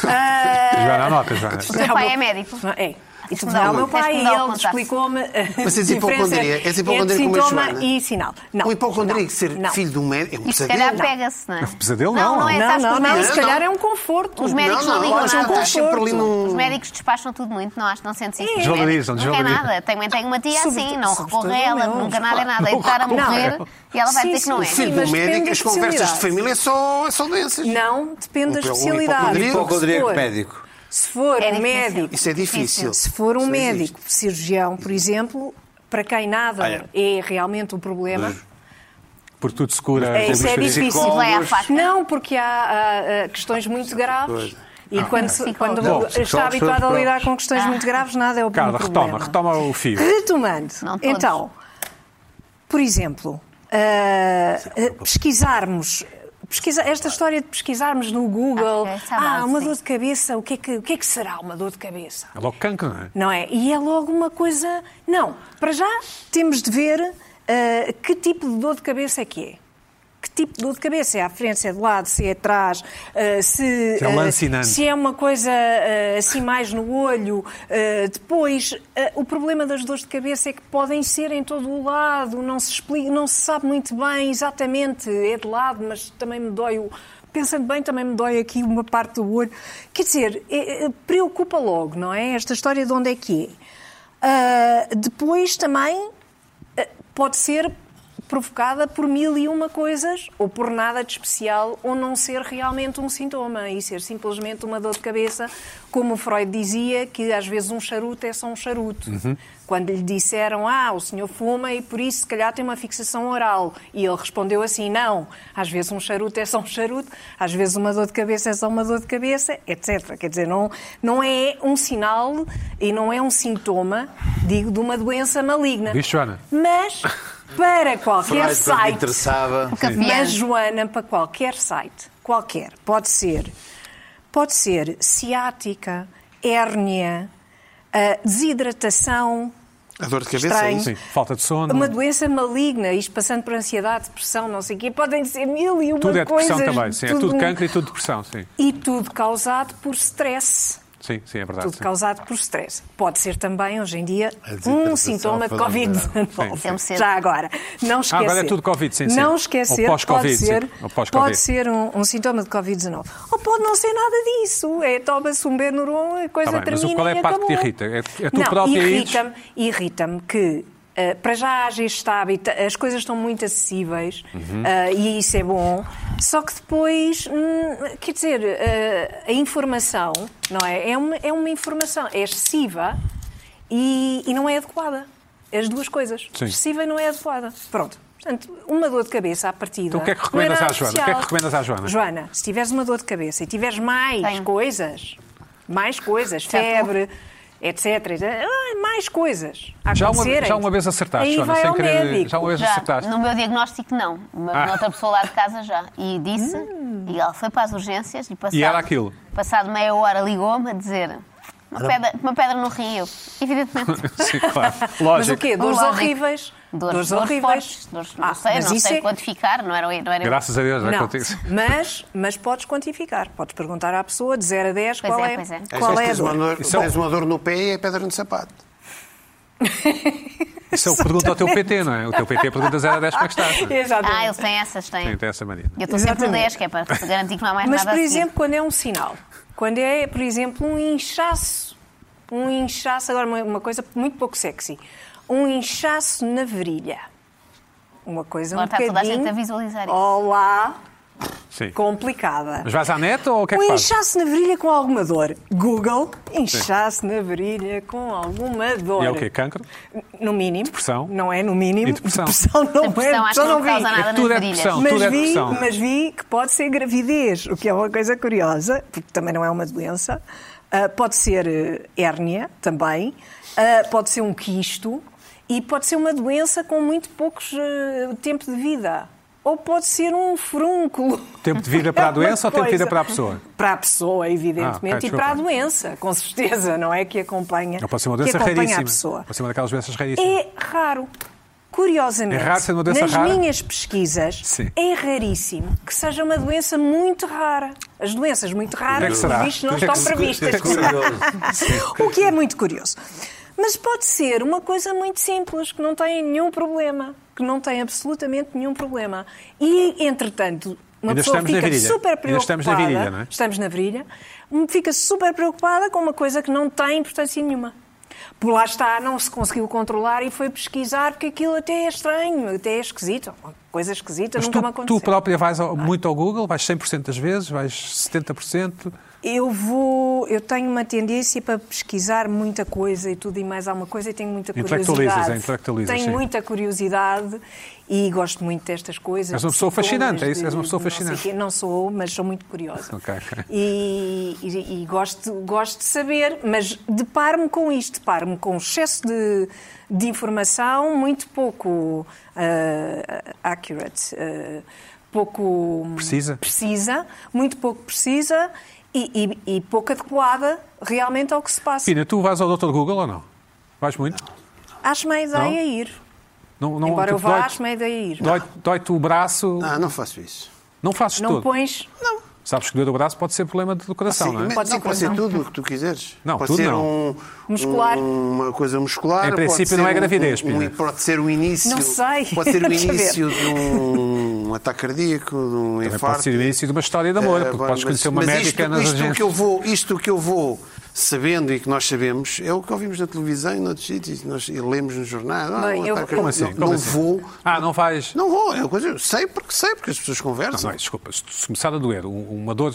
Ah, Joana, anota, Joana. teu pai é médico? É. E Tens que telefonei mudar ao o- meu tens que pai e mudar o ele contacto. explicou-me eh, a Mas és diferença hipocondria- és entre hipocondria como a sintoma Joana? e sinal. Não, O hipocondríaco não, ser não. filho do médico é um E se calhar pesadelo. pega-se, não é? pesadelo não. Não, não é. Não, sabes não, porquê? não, se Não, calhar é um conforto. Os médicos não, não, ligam olha, são nada. com sempre ali num- Os médicos despacham tudo muito, não acho, não sentes isso. Desvalorizam, Não quer desvalorizam. nada. Tenho, tenho uma tia assim, Sobretudo- não sobretudo recorre a ela, não, um nunca nada é nada. É não estar a recorre. morrer e ela vai Sim, dizer que sim, não é. sim. Filho Mas do depende médico, da as conversas de especialidade. família é só, é só doenças. Não, depende da O especialidade. hipocondríaco- Se Hipocondríaco for- médico. Se for É um difícil. médico, Isso é difícil. se for um Isso é existe. médico, cirurgião, por exemplo, para quem nada Olha. é realmente um problema, Porque tudo se cura. É, isso é Publicidade. difícil. E vai à faca. Não, porque há, há, há, questões muito graves. E quando, se- quando Bom, psicólogos está habituado a são lidar com questões Ah. muito graves, nada é o Carla, problema. retoma, retoma o fio. Retomando, Não todos. então, por exemplo, ah, ah, pesquisarmos. pesquisa- esta história de pesquisarmos no Google, Ah, essa ah, base, uma sim. dor de cabeça, o que, é que, o que é que será uma dor de cabeça? É logo cancro, não é? Não é? E é logo uma coisa. Não, para já temos de ver ah, que tipo de dor de cabeça é que é. Que tipo de dor de cabeça? É à frente, se é de lado, se é atrás, ah, se, Se é ah, lancinante. se é uma coisa ah, assim mais no olho. Ah, depois, ah, o problema das dores de cabeça é que podem ser em todo o lado, não se, explica, não se sabe muito bem exatamente. É de lado, mas também me dói o. Pensando bem, também me dói aqui uma parte do olho. Quer dizer, é- é- preocupa logo, não é? Esta história de onde é que é. Ah, depois também ah, pode ser provocada por mil e uma coisas, ou por nada de especial, ou não ser realmente um sintoma, e ser simplesmente uma dor de cabeça, como o Freud dizia, que às vezes um charuto é só um charuto. Quando lhe disseram, ah, o senhor fuma e por isso se calhar tem uma fixação oral, e ele respondeu assim, não, às vezes um charuto é só um charuto, às vezes uma dor de cabeça é só uma dor de cabeça, etc. Quer dizer, não, não é um sinal e não é um sintoma, digo, de uma doença maligna. Diz, Joana. Mas para qualquer Freud, para o que site, interessava. Nunca vi. mas Joana, para qualquer site, qualquer, pode ser, pode ser ciática, hérnia, ah, desidratação, A dor de cabeça Estranho. é isso? Sim, falta de sono. uma doença maligna, isto passando por ansiedade, depressão, não sei o quê, podem ser mil e uma Tudo é coisas. depressão também. Sim, é um tudo cancro e tudo depressão. Sim, E tudo causado por stress. sim, sim é verdade. Tudo sim. causado por stress. Pode ser também, hoje em dia, A um desidratação sintoma de faz um Sim, sim. Sempre Covid-19. cedo. Já agora. Não esquecer. agora é tudo Covid, sim, sim. Não Ou esquecer. pós-Covid, pode sim. ser, Ou pós-Covid. pode ser um, um sintoma de Covid-19. Ou pode não ser nada disso. É toma-se um Benuron, a coisa Tá bem, mas termina qual é a e parte que te acabou. irrita? É- é tu não, própria ires? irrita-me irrita-me que eh, para já haja este hábito, as coisas estão muito acessíveis Uhum. eh, e isso é bom, só que depois, hum, quer dizer, eh, a informação, não é? É uma, é uma informação, é excessiva e, e não é adequada. As duas coisas. Sim. Excessiva e não é adequada. Pronto. Portanto, uma dor de cabeça à partida. Então, o que é que não recomendas nada à Joana? O que é especial. que recomendas à Joana? Joana, se tiveres uma dor de cabeça e tiveres mais Tenho. coisas, mais coisas, Já estou. febre, etc. ah, Mais coisas. a Já uma, acontecerem. já uma vez acertaste, é Aí Joana, vai sem ao querer. médico. Já uma vez Já, acertaste. no meu diagnóstico, não. Uma Ah. outra pessoa lá de casa já. E disse, Hum. e ela foi para as urgências e passado, E era aquilo? passado meia hora ligou-me a dizer uma pedra, uma pedra no rio. Evidentemente. Sim, claro. Mas o é Lógico. quê? Dores Lógico. horríveis. Dores, dores fortes, dores- não Ah, sei, mas não isso sei é- quantificar, não era, não era Graças a Deus, já Não, contigo. mas, mas podes quantificar. Podes perguntar à pessoa de 0 a 10 Pois qual é, é, pois é. Às Qual vezes é a tens, uma dor. dor, Isso é um- tens uma dor no pé e é pedra no sapato. Isso é o que pergunta ao teu PT, não é? O teu PT pergunta 0 a 10 como é que estás. não é? Exatamente. Ah, eles têm essas, têm. Sim, tem essa mania. não é? Eu estou sempre no Exatamente. 10, que é para garantir que não há mais Mas, nada assim. por a seguir. exemplo, quando é um sinal, quando é, por exemplo, um inchaço, um inchaço, agora uma, uma coisa muito pouco sexy, um inchaço na virilha. Uma coisa um Agora está tá toda a bocadinho... gente a visualizar isso. Olá, É Sim. complicada. Mas vais à net ou o que é Um que fazes? inchaço na virilha com alguma dor. Google, inchaço na virilha com alguma dor. E é o quê? Cancro? No mínimo. Depressão? Não é? No mínimo. E depressão? não Depressão, é. acho Depressão que não não vi. causa nada É tudo é nas virilhas. depressão. Mas tudo é vi, depressão. mas vi que pode ser gravidez, o que é uma coisa curiosa, porque também não é uma doença. Ah, pode ser eh, hérnia também, Ah, pode ser um quisto e pode ser uma doença com muito poucos eh, tempo de vida. Ou pode ser um frúnculo. Tempo de vida para a É uma doença ou tempo de vida coisa. para a pessoa? Para a pessoa, Ah, ok, evidentemente, e desculpa. para a doença, com certeza, não é? Que acompanha, Não pode ser uma que doença acompanha raríssima. a pessoa. Pode ser uma daquelas doenças raríssimas. É raro. Curiosamente, É raro ser uma doença nas rara? minhas pesquisas, Sim. é raríssimo que seja uma doença muito rara. As doenças muito O que é raras, que será? os bichos não O que é que estão se- previstas. O que é muito curioso. Mas pode ser uma coisa muito simples, que não tem nenhum problema. Que não tem absolutamente nenhum problema. E, entretanto, uma Ainda pessoa estamos na fica virilha. super preocupada. Ainda estamos na virilha, não é? Estamos na virilha. Fica super preocupada com uma coisa que não tem importância nenhuma. Por lá está, não se conseguiu controlar e foi pesquisar, porque aquilo até é estranho, até é esquisito. Uma coisa esquisita Mas nunca tu, me tu aconteceu. própria vais ao- muito ao Google, vais 100% das vezes, vais 70%. Eu vou, eu tenho uma tendência para pesquisar muita coisa e tudo e mais alguma coisa e tenho muita Intelectualizas, curiosidade. é, intelectualizas, tenho sim. muita curiosidade e gosto muito destas coisas. És uma pessoa de sintomas, fascinante, é isso? de- És uma pessoa de não sei fascinante. quê. Não sou, mas sou muito curiosa. Ok, ok. E, e- e gosto, gosto de saber, mas deparo-me com isto, deparo-me com um excesso de, de informação muito pouco ah, accurate, ah, pouco Precisa. precisa, muito pouco precisa e, e- e pouco adequada realmente ao que se passa. Pina, tu vais ao Dr. Google ou não? Vais muito? Acho uma ideia Não? ir. Não, não, Embora eu tipo, vá, dói-te- acho uma ideia ir. dói-te- Dói-te o braço, Não, não faço isso. não fazes Não tudo. pões. Não. Sabes que doer o braço pode ser problema do coração, Ah, Sim, não é? mas- Pode ser não, pode coisa, ser não. tudo o que tu quiseres. Não, pode tudo ser não. Um, Muscular. um- uma coisa muscular. Em pode princípio ser não é um- gravidez, um- um- Pina. pode ser o início. Não sei. Pode ser o Vamos saber. início de um ataque cardíaco, de um Também infarto. pode ser o início de uma história de amor, Eh, porque bom, podes conhecer uma mas médica isto, nas isto que eu agências. vou Isto que eu vou sabendo e que nós sabemos é o que ouvimos na televisão e noutros sítios nós, e lemos nos jornais. Ah, Bem, um eu- ataque- Como assim? Não, Como não assim? vou. Ah, não vais. Não vou. É uma coisa, eu sei porque sei, porque as pessoas Não, conversam. não, desculpa, se se começar a doer um- uma dor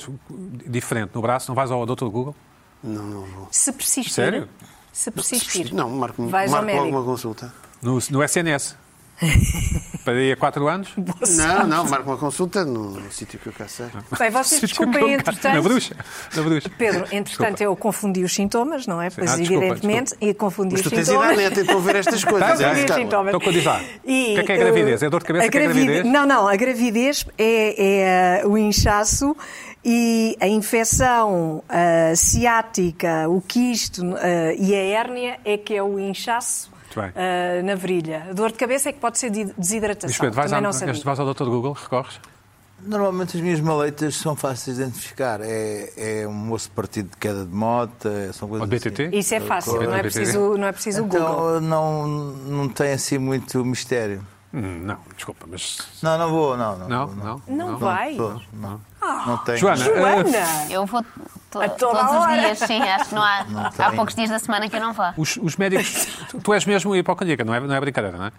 diferente no braço, não vais ao Dr. Google? Não, não vou. Se persistir. Sério? Se persistir. Não, marco, Vais ao marco médico. logo uma consulta. No, no SNS? Para aí a 4 anos? Não, não, marco uma consulta no, no sítio que eu cá sei. Ah. Bem, vocês Sítio que desculpem, eu ca- um Na entretanto. bruxa. Na bruxa. Pedro, entretanto, eu confundi os sintomas, não é? Pois, Ah, desculpa, evidentemente, e confundi Mas os tu tens ido à sintomas. net, então ver estas Tá, coisas. tá. é isso, Confundi os Carla. sintomas. Então, quando diz lá, o que é que é gravidez? uh, É dor de cabeça, a que é gravidez? Não, não, a gravidez é, é, uh, o inchaço e a infecção uh, ciática, o quisto uh, e a hérnia é que é o inchaço Muito bem. uh, na virilha. A dor de cabeça é que pode ser de desidratação. Luís Pedro, vais, Também à- não sabia. vais ao Dr. Google, recorres? Normalmente as minhas maleitas são fáceis de identificar. É, é um moço partido de queda de moto, é- são Ou coisas BTT? assim. Isso é fácil, não é preciso, não é preciso o Google. Então não, não tem assim muito mistério. Hum, Não, desculpa, mas. Não, não vou, não. Não, Não, vou, não. Não vai. Não, não, Ah. não tem. Joana. Joana! Eu vou to- A toda todos os hora. dias, sim, acho que não há. Não há tem. poucos dias da semana que eu não vá. Os, os médicos. tu- Tu és mesmo hipocondríaca, não é, não é brincadeira, não é?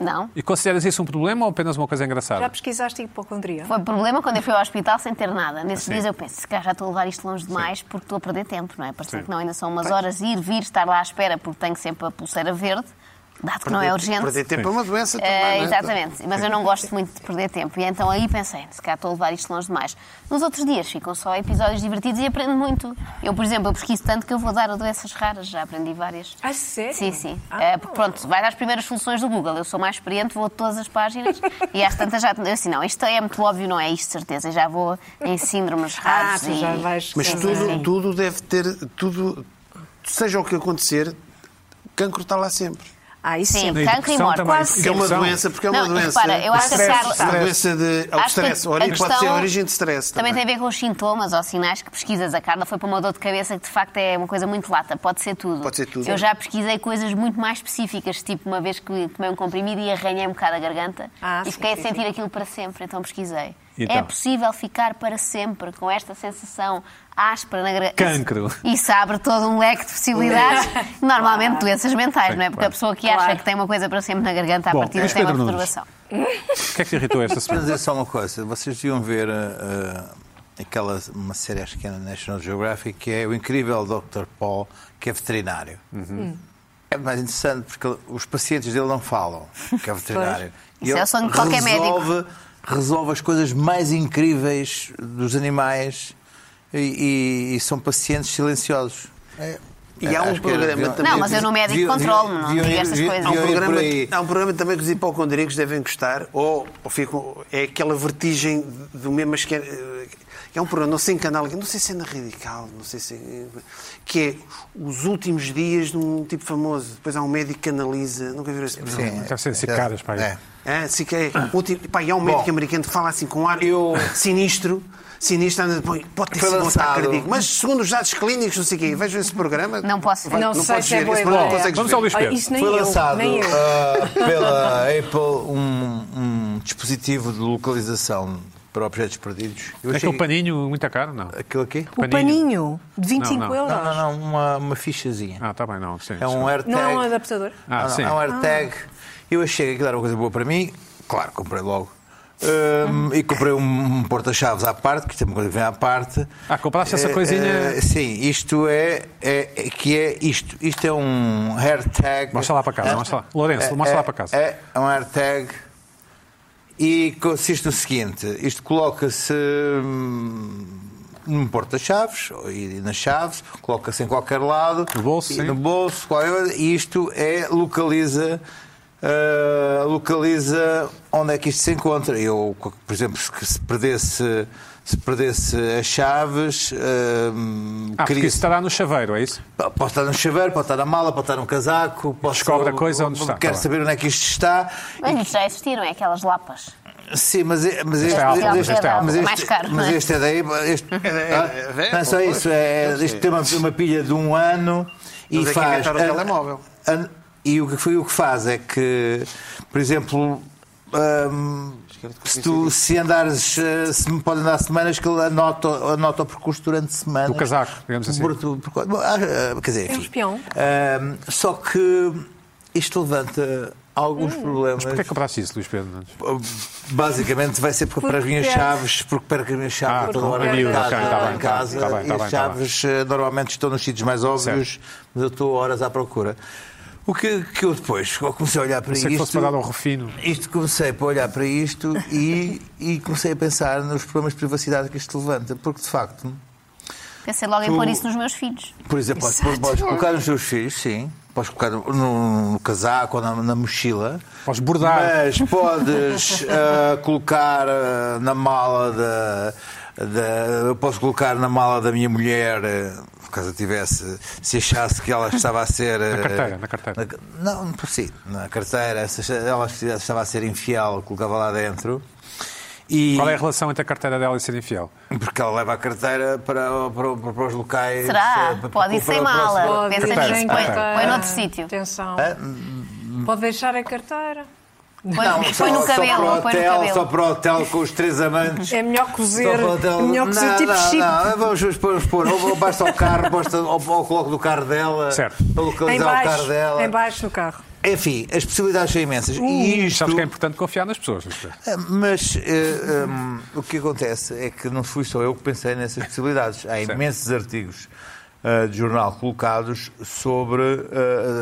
Não. E consideras isso um problema ou apenas uma coisa Já engraçada? pesquisaste hipocondria? Foi problema quando eu fui ao hospital sem ter nada. Nesses Sim. dias eu penso, se calhar já estou a levar isto longe demais porque estou a perder tempo, não é? Sim. Parecendo que não, ainda são umas horas ir, vir, estar lá à espera porque tenho sempre a pulseira verde, dado que não é urgente. Perder tempo é uma doença também. Eh, não é? exatamente, mas eu não gosto muito de perder tempo. E então aí pensei, se calhar estou a levar isto longe demais. Nos outros dias ficam só episódios divertidos e aprendo muito. Eu, por exemplo, eu pesquiso tanto que eu vou dar a doenças raras, já aprendi várias. Ah, sério? Sim, sim. Ah. Eh, porque, pronto, vai às primeiras soluções do Google. Eu sou mais experiente, vou a todas as páginas e às tantas já. Eu assim, não, isto é muito óbvio, não é isto, de certeza. Eu já vou em síndromes Ah, raros. tu e... já vais. Mas Sim, tudo, sim. tudo deve ter, tudo, seja o que acontecer, cancro está lá sempre. Ah, isso Sim. sim. Na Cancro e depressão morte, também. quase E Que é uma depressão. doença, porque é uma Não, e doença. repara, eu acho que a Stress, Carla- uma doença de ao Acho que stress. a Ori- Pode ser questão- a origem de stress. Também Também, tem a ver com os sintomas ou sinais que pesquisas. A Carla foi para uma dor de cabeça que, de facto, é uma coisa muito lata. Pode ser tudo. Pode ser tudo. Eu já pesquisei coisas muito mais específicas, tipo uma vez que tomei um comprimido e arranhei um bocado a garganta Ah, e sim, fiquei sim, a sentir aquilo para sempre, então pesquisei. Então? É possível ficar para sempre com esta sensação áspera na garganta. Cancro. Isso, isso abre todo um leque de possibilidades. Normalmente doenças mentais, Sim, não é? Porque claro. a pessoa que Claro. acha que tem uma coisa para sempre na garganta, a Bom, partir Luís tem uma Pedro Nunes. perturbação. O que é que te irritou esta Mas semana? dizer só uma coisa, vocês deviam ver ah, ah, aquela uma série acho que é na National Geographic que é o incrível Dr. Paul, que é veterinário. Uhum. Hum. É mais interessante porque ele- os pacientes dele não falam, que é veterinário. E Isso é ele o sonho de qualquer resolve, Resolve as coisas mais incríveis dos animais e, e- e são pacientes silenciosos. E há um Acho que era- programa deviam- também- Não, mas eu no médico deviam- controlo-me, não deviam- digo estas deviam- coisas. há, um deviam ir por programa, aí. há um programa também que os hipocondríacos devem gostar, ou, ou ficam, é aquela vertigem do mesmo. mas que É que é um programa, não sei em canal, não sei se é na Radical, não sei se é, que é os últimos dias de um tipo famoso. Depois há um médico que analisa. Nunca viram esse programa? Sim. Deve ser caras, pá. É. É, se quer, último, pá, e há um médico americano que fala assim com um ar eu- sinistro, sinistro, anda, põe, pode ter Foi sido um ataque lançado. cardíaco, mas segundo os dados clínicos, não sei o quê, vejam esse programa. Não posso ver. Não sei podes se é ver, boa esse programa ideia. não consegues Vamos ver. ao Luís Ah, Pedro. isso nem Foi eu, lançado nem eu. ah, pela Apple um, um dispositivo de localização para objetos perdidos. Eu achei Aquele paninho muito a caro, não? Aquilo aqui? O paninho de 25 Não, não. euros. Não, não, não, uma, uma fichazinha. Ah, está bem, não. Sim, É um AirTag. Não é um adaptador? Ah, Não, não, sim. É um AirTag. Eu achei que aquilo era uma coisa boa para mim. Claro, comprei logo. Hum, e comprei um porta-chaves à parte, que isto é uma coisa que vem à parte. Ah, compraste essa Eh, coisinha? eh, sim, isto é, é- é que é isto. Isto é um AirTag. Mostra lá para casa, mostra lá. Lourenço, É, mostra lá é, para casa. É um AirTag e consiste no seguinte: isto coloca-se hum, num porta-chaves e nas chaves, coloca-se em qualquer lado, No bolso, e sim. no bolso, qualquer coisa, e isto é localiza. ah, localiza onde é que isto se encontra. Eu, por exemplo, se, que se perdesse se perdesse as chaves, hum, Ah, porque queria isso estará no chaveiro, é isso? Pode estar num chaveiro, pode estar na mala, pode estar num casaco. Posso, Descobre a coisa onde está, Quero tá bem. saber onde é que isto está. Mas isso já existiram, é aquelas lapas. Sim, mas, e- mas este, é Apple, mas este é Apple. mas este- Mais caro, mas não é? este é daí. Este, é- Ah, é não é só Apple, isso. É, pois. isto tem uma, uma pilha de um ano e Eles é que faz. inventaram o ah, telemóvel. ah, e o que, foi, o que faz é que, por exemplo. ahm, se, é tu, se andares, ah, se me pode andar semanas, que ele anota, anota o percurso durante semanas. Do casaco, digamos assim. Por- por- por- bom, ah, ah, quer dizer, É um enfim. espião. Ahm, só que isto levanta alguns Hum, problemas. Porquê é que compraste isso, Luís Pedro? Nunes? Basicamente vai ser porque, para as minhas perdes. chaves, porque perco as minhas chaves Ah, toda hora porque em perdes. casa. Ok, tá bem, em tá casa bem, tá bem, e tá as bem, tá chaves eh, normalmente estão nos sítios mais óbvios, mas eu estou horas à procura. O que, que eu depois eu comecei a olhar para Pensei que fosse um isto. para dar ao refino. Isto comecei por olhar para isto e, e comecei a pensar nos problemas de privacidade que isto levanta, porque de facto, Pensei logo em Tu- pôr isso nos meus filhos. por exemplo, podes, Exato. podes colocar nos teus filhos, sim, podes colocar no, no- no casaco ou na, na mochila, Podes bordar. mas podes ah, colocar ah, na mala da. da- eu posso colocar na mala da minha mulher, ah, caso eu tivesse, se achasse que ela estava a ser. ah, Na carteira, na carteira. na- não, por si, na carteira, se ela estava a ser infiel, colocava lá dentro. E, Qual é a relação entre a carteira dela e ser infiel? Porque ela leva a carteira para, para, para, para os locais. Será? eh, para- Pode ir para- sem para- para- mala. Pode Ah, Pensa Carteira, nisso, põe, carteira. põe noutro sítio. Atenção. Ah, Pode deixar a carteira. Põe, Não, põe no só- só cabelo, para o põe no hotel, Só cabelo. para o hotel com os três amantes. É melhor Só cozer. para o hotel. É melhor não, cozer tipo não, chip. não, vamos pôr, vamos pôr. Ou, ou basta o carro, basta, ou, ou coloco do carro dela, Certo. para Em localizar o carro baixo, dela. em Uh. baixo no carro. Enfim, as possibilidades são imensas. e isto, Sabes que é importante confiar nas pessoas, Luís Pedro. É, Mas eh, hum, o que acontece é que não fui só eu que pensei nessas possibilidades. Há Certo. imensos artigos eh, de jornal colocados sobre, eh,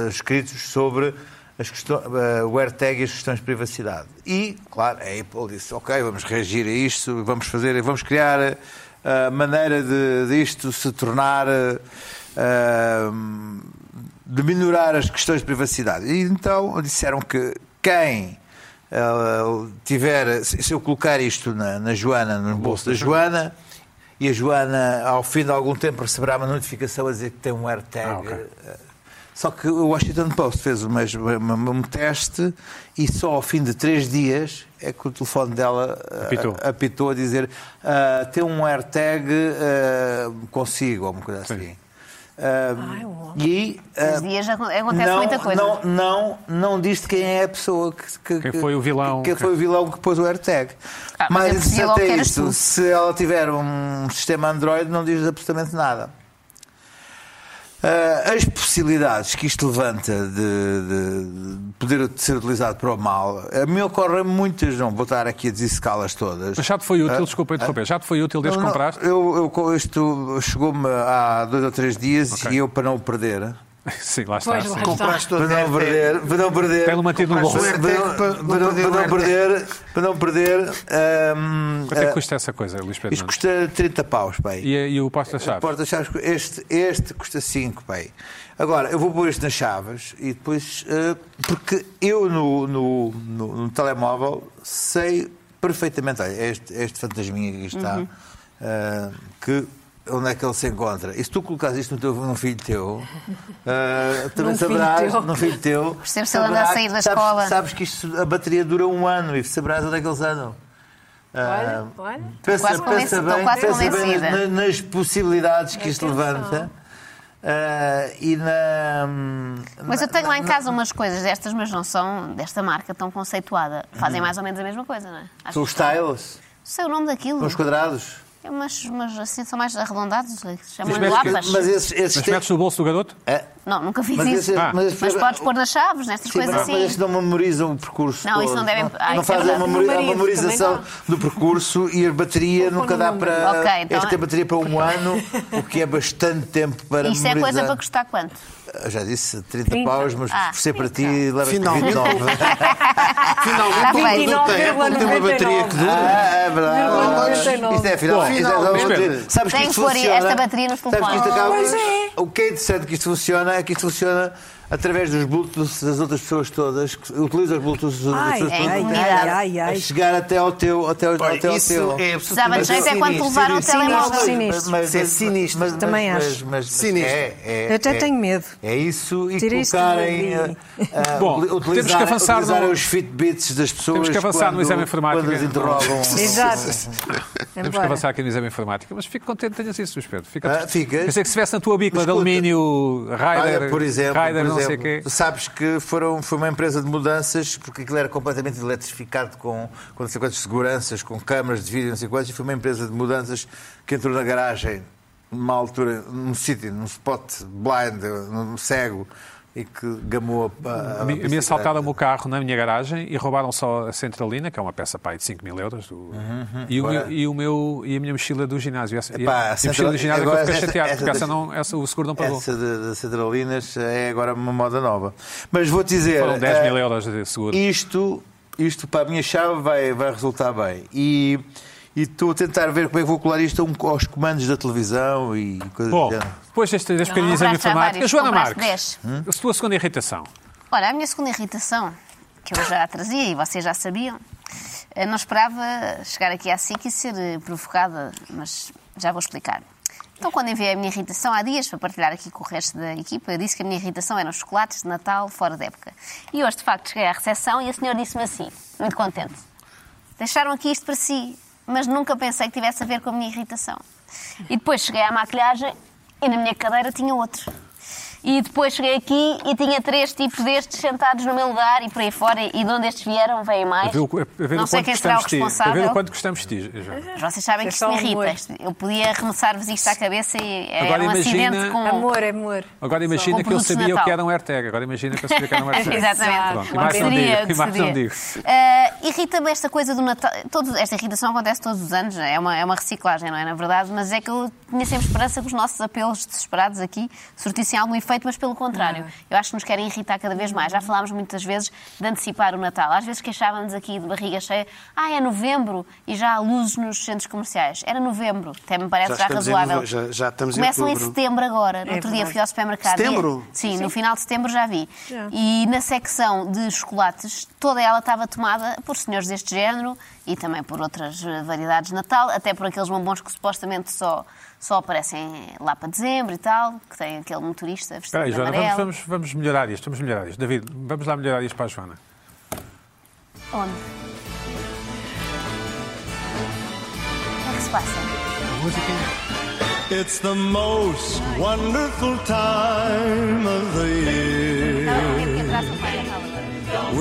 eh, escritos sobre as questões, eh, o AirTag e as questões de privacidade. E, claro, a Apple disse, ok, vamos reagir a isto, vamos fazer, vamos criar eh, a maneira de, disto se tornar... eh, hum, de minorar as questões de privacidade. E então disseram que quem eh, tiver, se se eu colocar isto na, na Joana, no bolso da Joana, e a Joana ao fim de algum tempo receberá uma notificação a dizer que tem um AirTag. Ah, ok. eh, Só que o Washington Post fez o mesmo, um, um teste e só ao fim de três dias é que o telefone dela eh, Apitou. apitou a dizer "Ah, tem um AirTag ah, consigo, ou uma coisa Sim. assim. Ah, Ai, uau. e Nos ah, dias aco- acontece não, muita coisa. Não, não, não diz quem é a pessoa que, que- Quem foi o vilão. Que, que foi o vilão que pôs o AirTag. Ah, mas Mais eu percebi logo interessante que é eras isto: tu. se ela tiver um sistema Android, não diz absolutamente nada. Ah, as possibilidades que isto levanta de, de- de poder ser utilizado para o mal, a mim ocorrem muitas, não vou estar aqui a dissecá-las todas. Mas já te foi útil, desculpa interromper, já te foi útil desde que Ah, Não, não, compraste? Eu, eu com isto chegou-me há dois ou três dias Ok. e eu, para não o perder, Sim, lá está. Pois sim. lá está. Compraste todo para não perder, para não perder. Pelo mantido no Compraste bolso. o Para não- AirTag para não- para não perder, para não perder. hum, Quanto é eh, que custa essa coisa, Luís Pedro? Isto Nunes? custa Ah, 30 paus, pai. E, e o porta-chaves? Porta chaves, este, este custa 5, pai. Agora, eu vou pôr isto nas chaves e depois. eh, porque eu no, no, no- no telemóvel sei perfeitamente. Olha, este, este fantasminha que aqui está, Uhum. eh, que. Onde é que ele se encontra? E se tu colocares isto no teu, num filho teu, eh, também Num filho saberás, teu. num filho teu. Percebe se ele anda a saberás- sair da sabes- escola. Sabes que isto, a bateria dura um ano e saberás onde é que eles andam. Ah, Olha, olha. Pensa, Quase convenci- pensa estou bem, quase pensa bem convencida. na- nas, possibilidades que isto Atenção. levanta ah, e na. Mas eu tenho lá em casa umas coisas destas, mas não são desta marca tão conceituada. Fazem mais ou menos a mesma coisa, não é? Acho hum, São os tiles, Sei o nome daquilo. são os quadrados. É umas, umas assim, são mais arredondados, eh, chamam metes- lapas. Mas esses, esses Mas têm- metes no bolso do garoto? É? Não, nunca fiz Mas isso. esse- Ah. mas esse- Mas podes pôr nas chaves, nestas Sim, coisas mas- Mas assim. eles não memorizam o percurso. Não, isso todo. não devem- Ah, não isso é fazem a, verdade. memori- a Numerizo, memorização também do percurso e a bateria nunca dá para. Ok, então Esta é- tem bateria para um ano, o que é bastante tempo para Isto é memorizar. coisa para custar quanto? Eu Já disse 30, paus, mas Ah, por ser para ti, 30. levas Finalmente. 29. Ah, Está um Finalmente, bem. não tem, não tem uma bateria que dura. Ah, é verdade. 99. Isto é final. Bom, então, isto é só finalmente. outra- Sabes que Tem isto que pôr funciona. esta bateria nos Sabes que isto telefones. acaba. Pois é. O que é interessante que isto funciona é que isto funciona através dos Bluetooth das outras pessoas todas, que utilizam os Bluetooth das outras Ai, pessoas é todas. comunidade. Ai, ai. A chegar até ao teu. Até, ao- até Olha, ao isso teu. é Precisava de jeito é quando te levaram o sinistro, telemóvel. sinistro. Isso é sinistro. Também acho. Mas, mas- mas Sinistro. É, é, Eu até é- tenho medo. É isso e Tira isto colocarem. dali. ah, ah, Bom, utili- temos que utilizarem- avançar no- utilizarem os Fitbits das pessoas. Temos que avançar no quando- exame informático. né? Quando as interrogam. É. Exato. Temos que avançar aqui no exame informático, mas fico contente que tenhas isso, Pedro. Fica... Ah, ficas? Pensei que se tivesse na tua bicla Mas de escuta, alumínio, Olha, Raider, por exemplo, Raider por não sei o exemplo, quê. tu sabes que foram, foi uma empresa de mudanças porque aquilo era completamente eletrificado com, com não sei quantas seguranças, com câmaras de vídeo, não sei quantas, e foi uma empresa de mudanças que entrou na garagem numa altura, num sítio, num spot blind, num cego, e que gamou a. a, a Me, me bicicleta. assaltaram o meu carro na minha garagem e roubaram só a centralina, que é uma peça pá, aí de 5 mil euros, do- e, o, Agora- e, o meu, e a minha mochila do ginásio. Essa, e Uhum, Epá, a a, mochila central- do ginásio é que eu agora fiquei essa- chateado, essa porque essa das- não, essa, o seguro não pagou. Essa de- das adrenalinas é agora uma moda nova. Mas vou dizer. Foram 10 mil eh, euros de seguro. isto, isto para a minha chave vai, vai resultar bem. E, e estou a tentar ver como é que vou colar isto a um- aos comandos da televisão e coisas Bom, do género. depois deste, deste pequenino exame compraste já informático, vários, Joana compraste Marques, Hum? a sua segunda irritação. Olha, a minha segunda irritação, que eu já trazia e vocês já sabiam, eh, não esperava chegar aqui à SIC e ser eh, provocada, mas já vou explicar. Então, quando enviei a minha irritação há dias para partilhar aqui com o resto da equipa, eu disse que a minha irritação eram os chocolates de Natal fora de época. E hoje, de facto, cheguei à recepção e a senhora disse-me assim, muito contente: Deixaram aqui isto para si, mas nunca pensei que tivesse a ver com a minha irritação. E depois cheguei à maquilhagem e na minha cadeira tinha outro. E depois cheguei aqui e tinha três tipos destes sentados no meu lugar e por aí fora. E de onde estes vieram, vêm mais. A ver o, a ver Não o sei quanto quem será o gostamos de ti. A ver o responsável. quanto gostamos de ti, Joana. Mas Vocês sabem que isto É me só amor. irrita. Isto- Eu podia arremessar-vos isto à cabeça e Agora era um imagina- acidente com. Amor, amor. Agora imagina Com que eu produtos de sabia o Natal. que era um AirTag. Agora imagina que eu sabia que era um AirTag. Exatamente. Pronto, e Uma mais não digo. Seria, E mais um não seria. digo. Ah, Irrita-me esta coisa do Natal. Todo, esta irritação acontece todos os anos, é uma, é uma reciclagem, não é? Na verdade, mas é que eu tinha sempre esperança que os nossos apelos desesperados aqui surtissem algum efeito, mas pelo contrário. Ah. Eu acho que nos querem irritar cada vez mais. Já falámos muitas vezes de antecipar o Natal. Às vezes queixávamos aqui de barriga cheia. Ah, é novembro e já há luzes nos centros comerciais. Era novembro, até me parece já, estamos em razoável. nove- já- já estamos em Começam em outubro. setembro agora. No É outro dia verdade. fui ao supermercado. Setembro? E- Sim, no final de setembro já vi. Já. E na secção de chocolates, toda ela estava tomada por senhores deste género e também por outras eh, variedades de Natal, até por aqueles bombons que supostamente só, só aparecem lá para dezembro e tal, que tem aquele motorista Espera vestido aí, de Ah, Joana, amarelo. vamos, vamos, vamos melhorar isto. Vamos melhorar isto. David, vamos lá melhorar isto para a Joana. um- Onde? O que é que se passa? It's the most wonderful time of the year. Não, tem que entrar só para a Natal agora.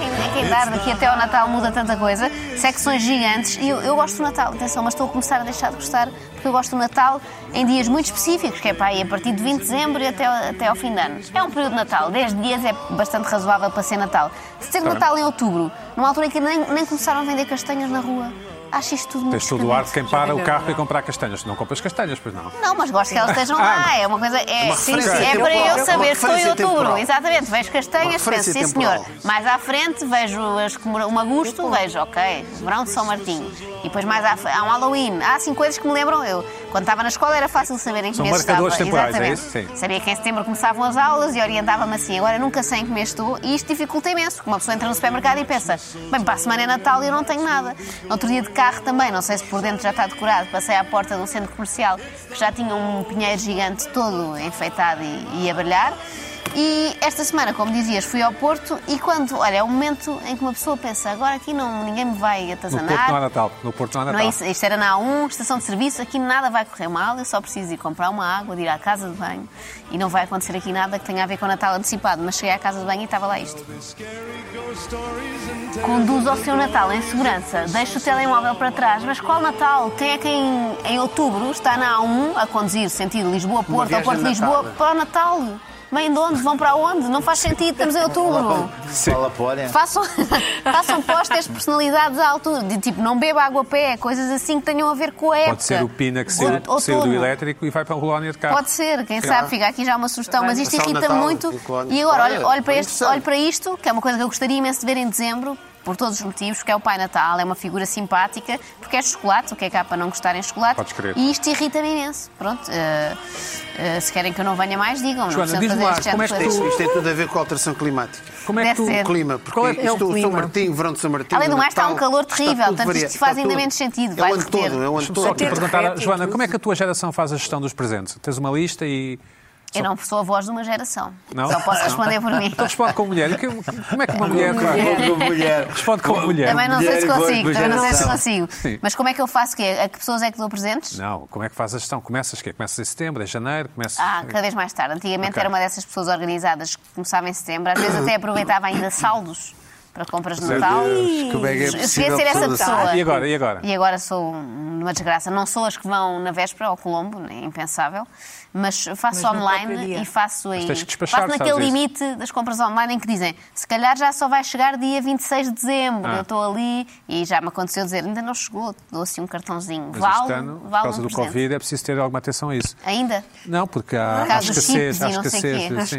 É que é tarde, aqui até ao Natal muda tanta coisa. Secções gigantes. E eu, eu gosto do Natal, atenção, mas estou a começar a deixar de gostar, porque eu gosto do Natal em dias muito específicos, que é para aí a partir de 20 de dezembro e até, até ao fim de ano. É um período de Natal, 10 dias é bastante razoável para ser Natal. Se ter Natal em outubro, numa altura em que nem, nem começaram a vender castanhas na rua, acho isto tudo muito Tens todo o ar de esquisito. quem para o carro para ir comprar castanhas. Não compras castanhas, pois não. Não, mas gosto que elas estejam lá. É uma coisa. É, sim, referência sim, é para temporal. eu saber que foi em Uma referência outubro. temporal. Exatamente. Vejo Uma castanhas, penso, referência sim temporal. senhor. Mais à frente vejo as comemora- um agosto, vejo, ok, verão de São Martinho. E depois mais à frente, há um Halloween. Há assim coisas que me lembram eu. Quando estava na escola era fácil saber em que São mês estava. marcadores temporais, é Exatamente. isso? Sim. Sabia que em setembro começavam as aulas e orientava-me assim. Agora nunca sei em que mês estou e isto dificulta imenso. Porque uma pessoa entra no supermercado e pensa, bem, para a semana é Natal e eu não tenho nada. No outro dia de carro também, não sei se por dentro já está decorado. Passei à porta de um centro comercial que já tinha um pinheiro gigante todo enfeitado e, e a brilhar. E esta semana, como dizias, fui ao Porto e quando, olha, é o momento em que uma pessoa pensa, agora aqui não, ninguém me vai No Porto não há atazanar. Natal. No Porto não há Não é tá. Natal. isso, isto era na A1, estação de serviço, aqui nada vai correr mal, eu só preciso ir comprar uma água, de ir à casa de banho e não vai acontecer aqui nada que tenha a ver com o Natal antecipado, mas cheguei à casa de banho e estava lá isto. Conduz ao seu Natal em segurança, deixe o telemóvel para trás, mas qual Natal? Quem é que em, em outubro está na A1 a conduzir sentido Lisboa-Porto ou viagem de Porto-Lisboa Natal. para o Natal? Bem, de onde? Vão para onde? Não faz sentido, estamos em outubro. Fala, Pória. Façam, façam postas personalidades à altura. De, tipo, não beba água a pé, coisas assim que tenham a ver com a época. Pode ser o Pina que saiu, Ou- que saiu do outono. elétrico e vai para a Rolónia de carro. Pode ser, quem sabe, fica aqui já uma sugestão, mas isto Passar o irrita Natal muito. em Colónia. E agora, olho, Olha, olho para bem este, interessante. olho para isto, que é uma coisa que eu gostaria imenso de ver em dezembro, por todos os motivos, porque é o Pai Natal, é uma figura simpática, porque é chocolate, o que é cá para não gostar em chocolate. Podes crer. E isto irrita-me imenso. Pronto, eh, eh, se querem que eu não venha mais, digam. Joana, não diz-me preciso fazer lá, este género como é de que coisas. Isto, isto tem tudo a ver com a alteração climática. Como é que Deve tu... ser. O clima, porque Qual é- isto, é o São clima. Martinho, verão de São Martinho. é Além do mais, está um Natal, calor terrível, está tudo portanto, variado, isto faz está ainda tudo. menos sentido, É vai o ano derreter. todo, é o ano Deixa-me só todo. aqui Até perguntar, derrete, Joana, inclusive. como é que a tua geração faz a gestão dos presentes? Tens uma lista e... Eu não sou a voz de uma geração. Não? Só posso Não. responder por mim. Então responde com mulher. E que- Como é que uma mulher... Com mulher. Responde com É, mulher. Também não sei se Mulher e voz de consigo, uma também não sei se geração. consigo. Sim. Mas como é que eu faço? Que é? A que pessoas é que dou presentes? Não, como é que faz a gestão? Começas quê? Começas em setembro, em janeiro? Começas... Ah, cada vez mais tarde. Antigamente Ok. era uma dessas pessoas organizadas que começava em setembro, às vezes até aproveitava ainda saldos para compras de Natal. Deus, como é que é Eu cheguei possível a ser essa todas- pessoa. assim? E agora? E agora? E agora sou um- uma desgraça. Não sou as que vão na véspera ao Colombo, né, é impensável, mas faço Mas no próprio online dia. e faço aí. tens que despachar, faço naquele sabes isso? limite das compras online em que dizem se calhar já só vai chegar dia 26 de dezembro. Ah. Eu estou ali e já me aconteceu dizer ainda não chegou, dou assim um cartãozinho. Mas vale, este ano, por vale causa um do presente. Covid, é preciso ter alguma atenção a isso. Ainda? Não, porque há, Por há causa dos escassez. chips Há e não sei escassez. quê. sim. Há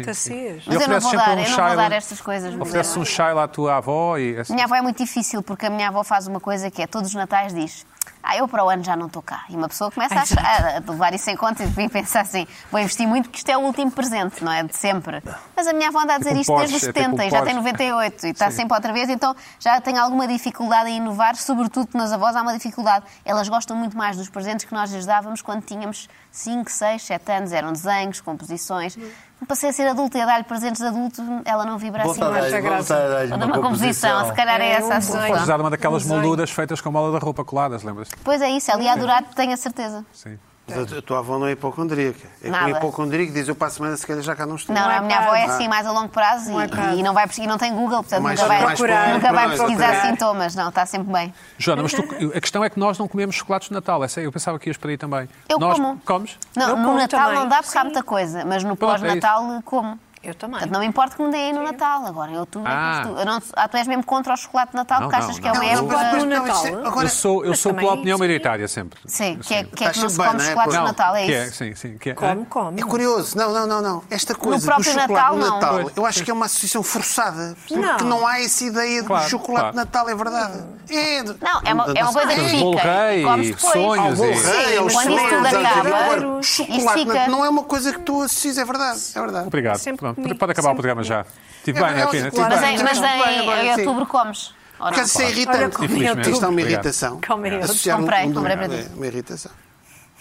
E escassez. Mas eu não ofereces vou sempre um dar, eu não chai vou lá- dar estas coisas. mas Ofereces eu- um chai lá à tua avó e... assim- Minha avó é muito difícil porque a minha avó faz uma coisa que é todos os natais diz. Ah, eu para o ano já não estou cá. E uma pessoa começa a, achar- a levar isso em conta e vem pensar assim: vou investir muito porque isto é o último presente, não é? De sempre. Mas a minha avó anda a dizer Tipo um isto desde os Porsche, é tipo um 70 e já tem Porsche. 98 e está sempre outra vez, então já tem alguma dificuldade em inovar, sobretudo nas avós há uma dificuldade. Elas gostam muito mais dos presentes que nós lhes dávamos quando tínhamos 5, 6, 7 anos. Eram desenhos, composições. Passei a ser adulta e a dar-lhe presentes de adulto, ela não vibra assim Volta a muito. dar-lhe- graça. volta a dar-lhe Ou de uma composição, se calhar é, É, essa um a desenho. Podes solução. dar uma daquelas Desenho. molduras feitas com bola da roupa coladas, lembras? Pois é isso, ali a durar, tenho a certeza. Sim. Mas A tua avó não é hipocondríaca. É que Nada. um hipocondríaco diz eu para a semana se calhar já cá não estou. Não, Não é a minha avó é prazo. assim mais a longo prazo Não é e, prazo. e não vai pesquisar, e não tem Google, É portanto Mais nunca vai, mais procurar. nunca vai Procurar, pesquisar procurar. sintomas, não, está sempre bem. Joana, mas tu- a questão é que nós não comemos chocolates de Natal. Essa, é, eu pensava que ias para aí também. Eu nós como. comes? Não, Eu no como Natal também. não dá porque há Sim. muita coisa, mas no Pronto, é pós-Natal como. Eu também. Portanto, não me importa que me deem aí no Natal, agora em outubro. Ah. é que eu estou- eu não, ah, tu és mesmo contra o chocolate de Natal Não, porque achas não, que é uma não. época. no Natal. é- eu sou, eu Mas sou pela também- é opinião maioritária sempre. Sim, que é que, é que Acho não se bem, come não é? chocolates de Não, Natal, é que isso. sim, sim. Que é, Como, Hã? como. É curioso, não, não, não, não. Esta coisa do próprio chocolate Natal, de não. Natal, Pois. eu acho que é uma associação forçada. Porque não, Não. há essa ideia de Claro, que chocolate claro. de Natal, é verdade. É, Não, é uma, é uma coisa que Os fica. bolo e rei, comes depois. assim, sonhos Bom e- Sim, rei, eles quando isso chamam tudo os acaba. Agora, o Isto chocolate de fica- Natal não é uma coisa que tu associes, é verdade. É verdade. Obrigado. Pronto, Sempre comigo, Pode acabar o sempre programa já. Tive É bem, é verdade, pena. claro. Mas tive em, bem. mas Bem, em- agora em sim. outubro comes. Ou Porque não? isso é Olha, irritante. como Infelizmente. Isto é uma Obrigado. irritação. Como é outubro. Associar um- Comprei, um comprei domingo para ti. é uma irritação.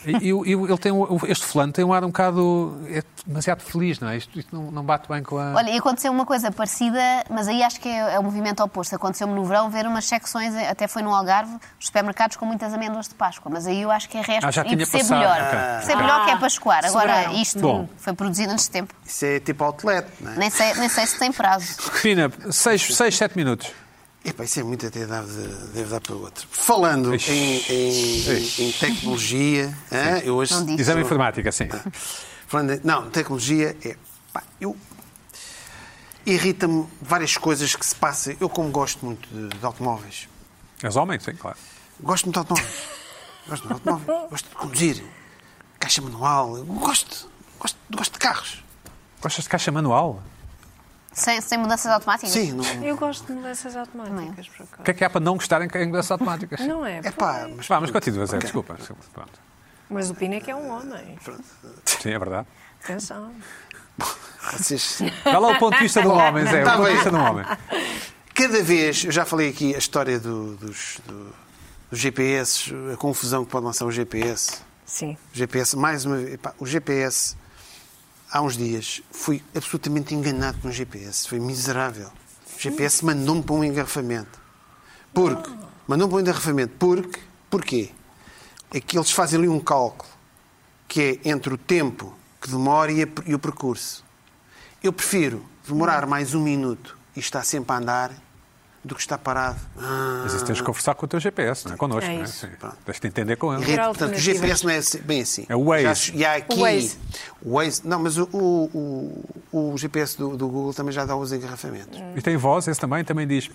E, e o- e o- ele tem um- este fulano tem um ar um bocado é demasiado feliz, não é? Isto, isto não, não bate bem com a. Olha, e aconteceu uma coisa parecida, mas aí acho que é, é o movimento oposto. Aconteceu-me no verão ver umas secções, eh, até foi no Algarve, os supermercados com muitas amêndoas de Páscoa, mas aí eu acho que é resto Ah, já e tinha percebo passado, melhor. ok. Percebo melhor que é para escoar. Agora, Sobraram. isto Bom. foi produzido antes de tempo. Isso é tipo outlet, não é? Nem sei, nem sei se tem prazo. Pina, 6, 7 minutos. Epá, isso é muito até deve, deve dar para outro. Falando Ixi. em, em- em tecnologia, hã? eu hoje. Não disse. Exame de informática, sim. Falando em- não, tecnologia é. Pá, eu. Irrita-me várias coisas que se passam. Eu, como gosto muito de, de automóveis, És homem, sim, claro. gosto muito de automóveis. gosto muito de automóveis. Gosto de conduzir. Caixa manual. eu Gosto. Gosto, gosto de carros. Gostas de caixa manual? Sem, sem mudanças automáticas? Sim, não. Eu gosto de mudanças automáticas, por O acaso. que é que há para não gostar em em mudanças automáticas? Não é? É pá, mas. Vá, mas continua, Zé, desculpa. desculpa, Pronto. Mas o Pina é que é um homem. Sim, é verdade. Atenção. Vocês. Dá lá o ponto de vista do homem, Zé, o Tá ponto de bem. vista do homem. Cada vez, eu já falei aqui a história do- dos, do- dos GPS, a confusão que pode lançar o GPS. Sim. O GPS, mais uma vez, epá, o GPS, há uns dias fui absolutamente enganado com o GPS. Foi miserável. O GPS mandou-me para um engarrafamento. Porque? Mandou-me para um engarrafamento. Porque? Porquê? É que eles fazem ali um cálculo que é entre o tempo que demora e, a- e o percurso. Eu prefiro demorar mais um minuto e estar sempre a andar do que estar parado. Ah, Mas isso tens de conversar com o teu GPS, não é connosco. É não é? isso. Sim. Tens de entender com E, ele. Ter portanto, o alternativas. GPS não é assim- bem assim. É o Waze. Já se- e há aqui. O Waze. o Waze- Não, mas o, o- o- o GPS do, do Google também já dá os engarrafamentos. E tem voz, esse também, também diz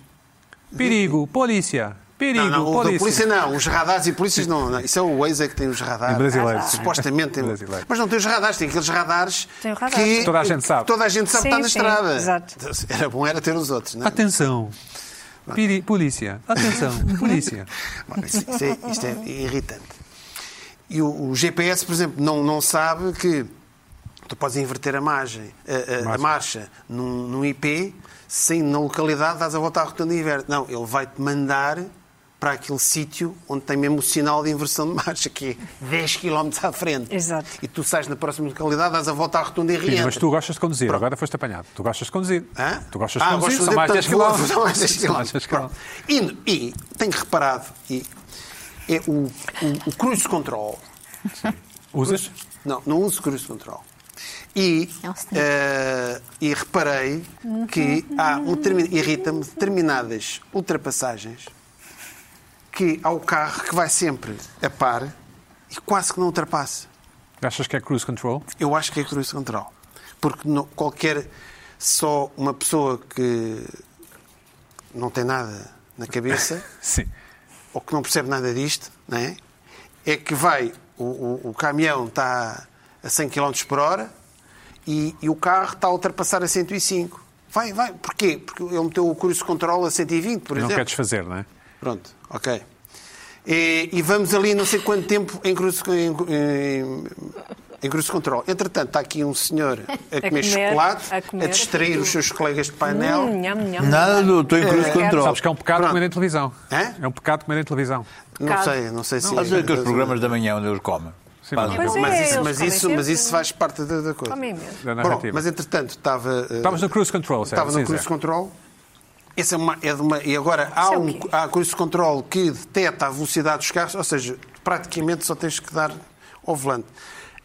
perigo, polícia, perigo, não, não, o da polícia. polícia não. Os radares e polícias não, não. Isso é o Waze é que tem os radares. Em brasileiro, tá. Ah, sim. Supostamente tem. Brasileiro. Mas não tem os radares, tem aqueles radares, Tem o radar. que Toda a gente sabe. Toda a gente sabe Sim, que está na sim, estrada. exato. Era bom era ter os outros, não é? Atenção, peri- polícia, atenção, polícia. Bom, Isso, isso é, isto é irritante. E o, o GPS, por exemplo, não, não sabe que tu podes inverter a, margem, a- a, a Marcha. marcha num, num IP sem na localidade dás a volta à rotunda e inverte. Não, ele vai-te mandar para aquele sítio onde tem mesmo o sinal de inversão de marcha, que é 10 km à frente. Exato. E tu sais na próxima localidade, dás a volta à rotunda e Filho, reentras. mas tu gostas de conduzir, agora foste apanhado. Tu gostas de conduzir. Hã? Tu gostas de Ah, conduzir, gosto são mais 10 portanto, vou- quilómetros. São mais 10 São mais 10 quilómetros. Pronto. quilómetros. E, e tenho reparado, e, é o, o, o cruise control. Usas? Não, não uso cruise control. E, É um sinal. eh, e reparei que há um determin- irrita-me determinadas ultrapassagens que há o carro que vai sempre a par e quase que não ultrapassa. Achas que é cruise control? Eu acho que é cruise control. Porque não- qualquer. Só uma pessoa que não tem nada na cabeça Sim. ou que não percebe nada disto, não é? É que vai, o, o, o caminhão está a 100 km por hora e, e o carro está a ultrapassar a 105. Vai, vai. Porquê? Porque ele meteu o cruise control a 120, por não exemplo. quer desfazer, não é? Pronto, ok. E, e vamos ali não sei quanto tempo em cruise, em, em, em cruise control. Entretanto, está aqui um senhor a comer, comer, chocolate, a, a comer. Hum, distrair os seus colegas de painel. Nham, nham, nham. Nada do. Estou em cruise control. Sabes que é um pecado Pronto. comer em televisão. Hã? É um pecado comer em televisão. Não sei, não sei se... é Sabes aqueles programas da manhã onde eles comem? Sim, Pá, mas- não- Pois é, Mas isso, eles mas comem isso, mas sempre. isso faz parte da, da coisa. Comem imenso. Da Bom, narrativa. mas entretanto, estava. eh, Estávamos no cruise control, certo? Estava Sim, no cruise Zé. control. Esse é uma, é de uma, e agora há, Isso é o um, quê? há cruise control que detecta a velocidade dos carros, ou seja, praticamente só tens que dar ao volante.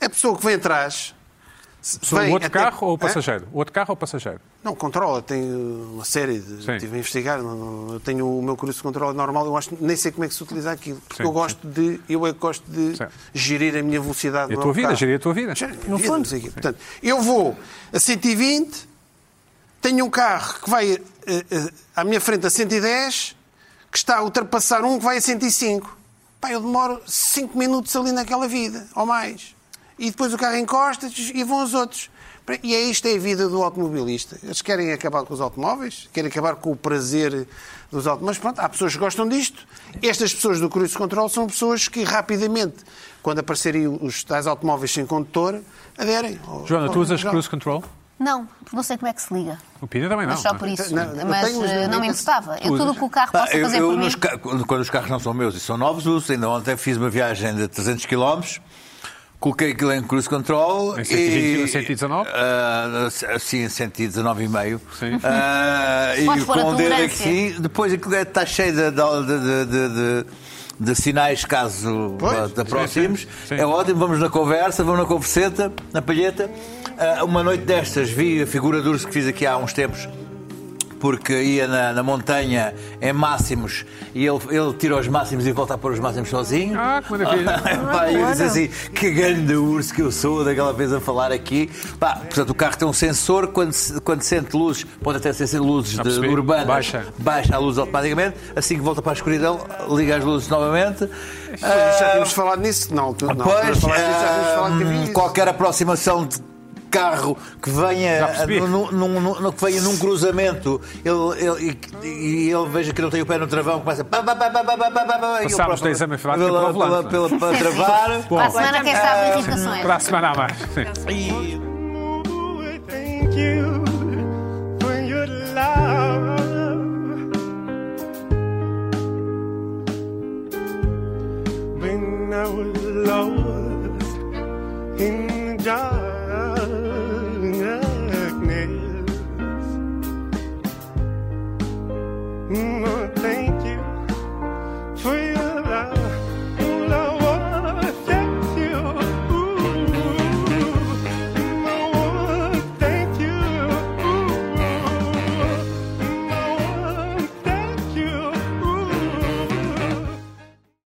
A pessoa que vem atrás. se- Sobre o vem um outro até- carro ou o Hã? passageiro? O outro carro ou o passageiro? Não, controla, tem uh, uma série de. Sim. Estive a investigar, não- não- eu tenho o meu curso de controle normal, eu acho, nem sei como é que se utiliza aquilo, porque Sim, eu gosto de. Eu é que gosto de Sim. gerir a minha velocidade. E É a no tua meu vida, carro. gerir a tua vida. Gerir a minha No vida, fundo. não sei o quê. Portanto, eu vou a 120, tenho um carro que vai eh, eh, à minha frente a 110, que está a ultrapassar um que vai a 105. Pá, eu demoro 5 minutos ali naquela vida, ou mais. E depois o carro encosta e vão os outros. E é isto é a vida do automobilista. Eles querem acabar com os automóveis, querem acabar com o prazer dos automóveis. Pronto, há pessoas que gostam disto. Estas pessoas do cruise control são pessoas que rapidamente, quando aparecerem os tais automóveis sem condutor, aderem. Joana, tu usas Já. cruise control? Não, não sei como é que se liga. O Pina também não. mas só não é? por isso. Não, não, eu mas tenho os- eh, não me importava. Eu tudo o que o carro Pá, possa Ah, eu, fazer eu por mim. nos ca- quando, quando os carros não são meus e são novos, uso. Ainda ontem fiz uma viagem de 300 km, coloquei aquilo em cruise control. Em 120, e, 119? Ah, sim, 119 e meio. Sim. Ah, Podes e pôr a com o dedo tolerância. aqui, depois aquilo é- está cheio de, de- de- de- de- de sinais caso Pois. te aproximes. sim. É ótimo, vamos na conversa, vamos na converseta, na palheta. Ah, uma noite destas vi a figura de urso que fiz aqui há uns tempos porque ia na, na montanha em máximos e ele, ele tira os máximos e volta a pôr os máximos sozinho. Ah, que maravilha. Pá, e eu disse assim, que grande urso que eu sou, daquela vez a falar aqui. Pá, portanto, o carro tem um sensor, quando, se- quando sente luzes, pode até ser luzes de, percebi. urbanas, Baixa. baixa a luz automaticamente, assim que volta para a escuridão, liga as luzes novamente. Pois, já tínhamos falado nisso, não. Tu, não Pois, tínhamos falado disso, Ah, já tínhamos falado que hum, havia isso. qualquer aproximação de carro que venha, Já percebi. num, num- num- num- que venha num cruzamento ele, ele- e, e ele veja que não tem o pé no travão, começa. pá, pá, pá, pá, pá, pá, pá, pá, pá, e Passámos ele próprio- do exame informático pela- para o volante, pela- pela- Para travar. Para a semana, é quem sabe, irritações. Para a semana a mais. Sim. Ooh, thank you for your love. When I was lost in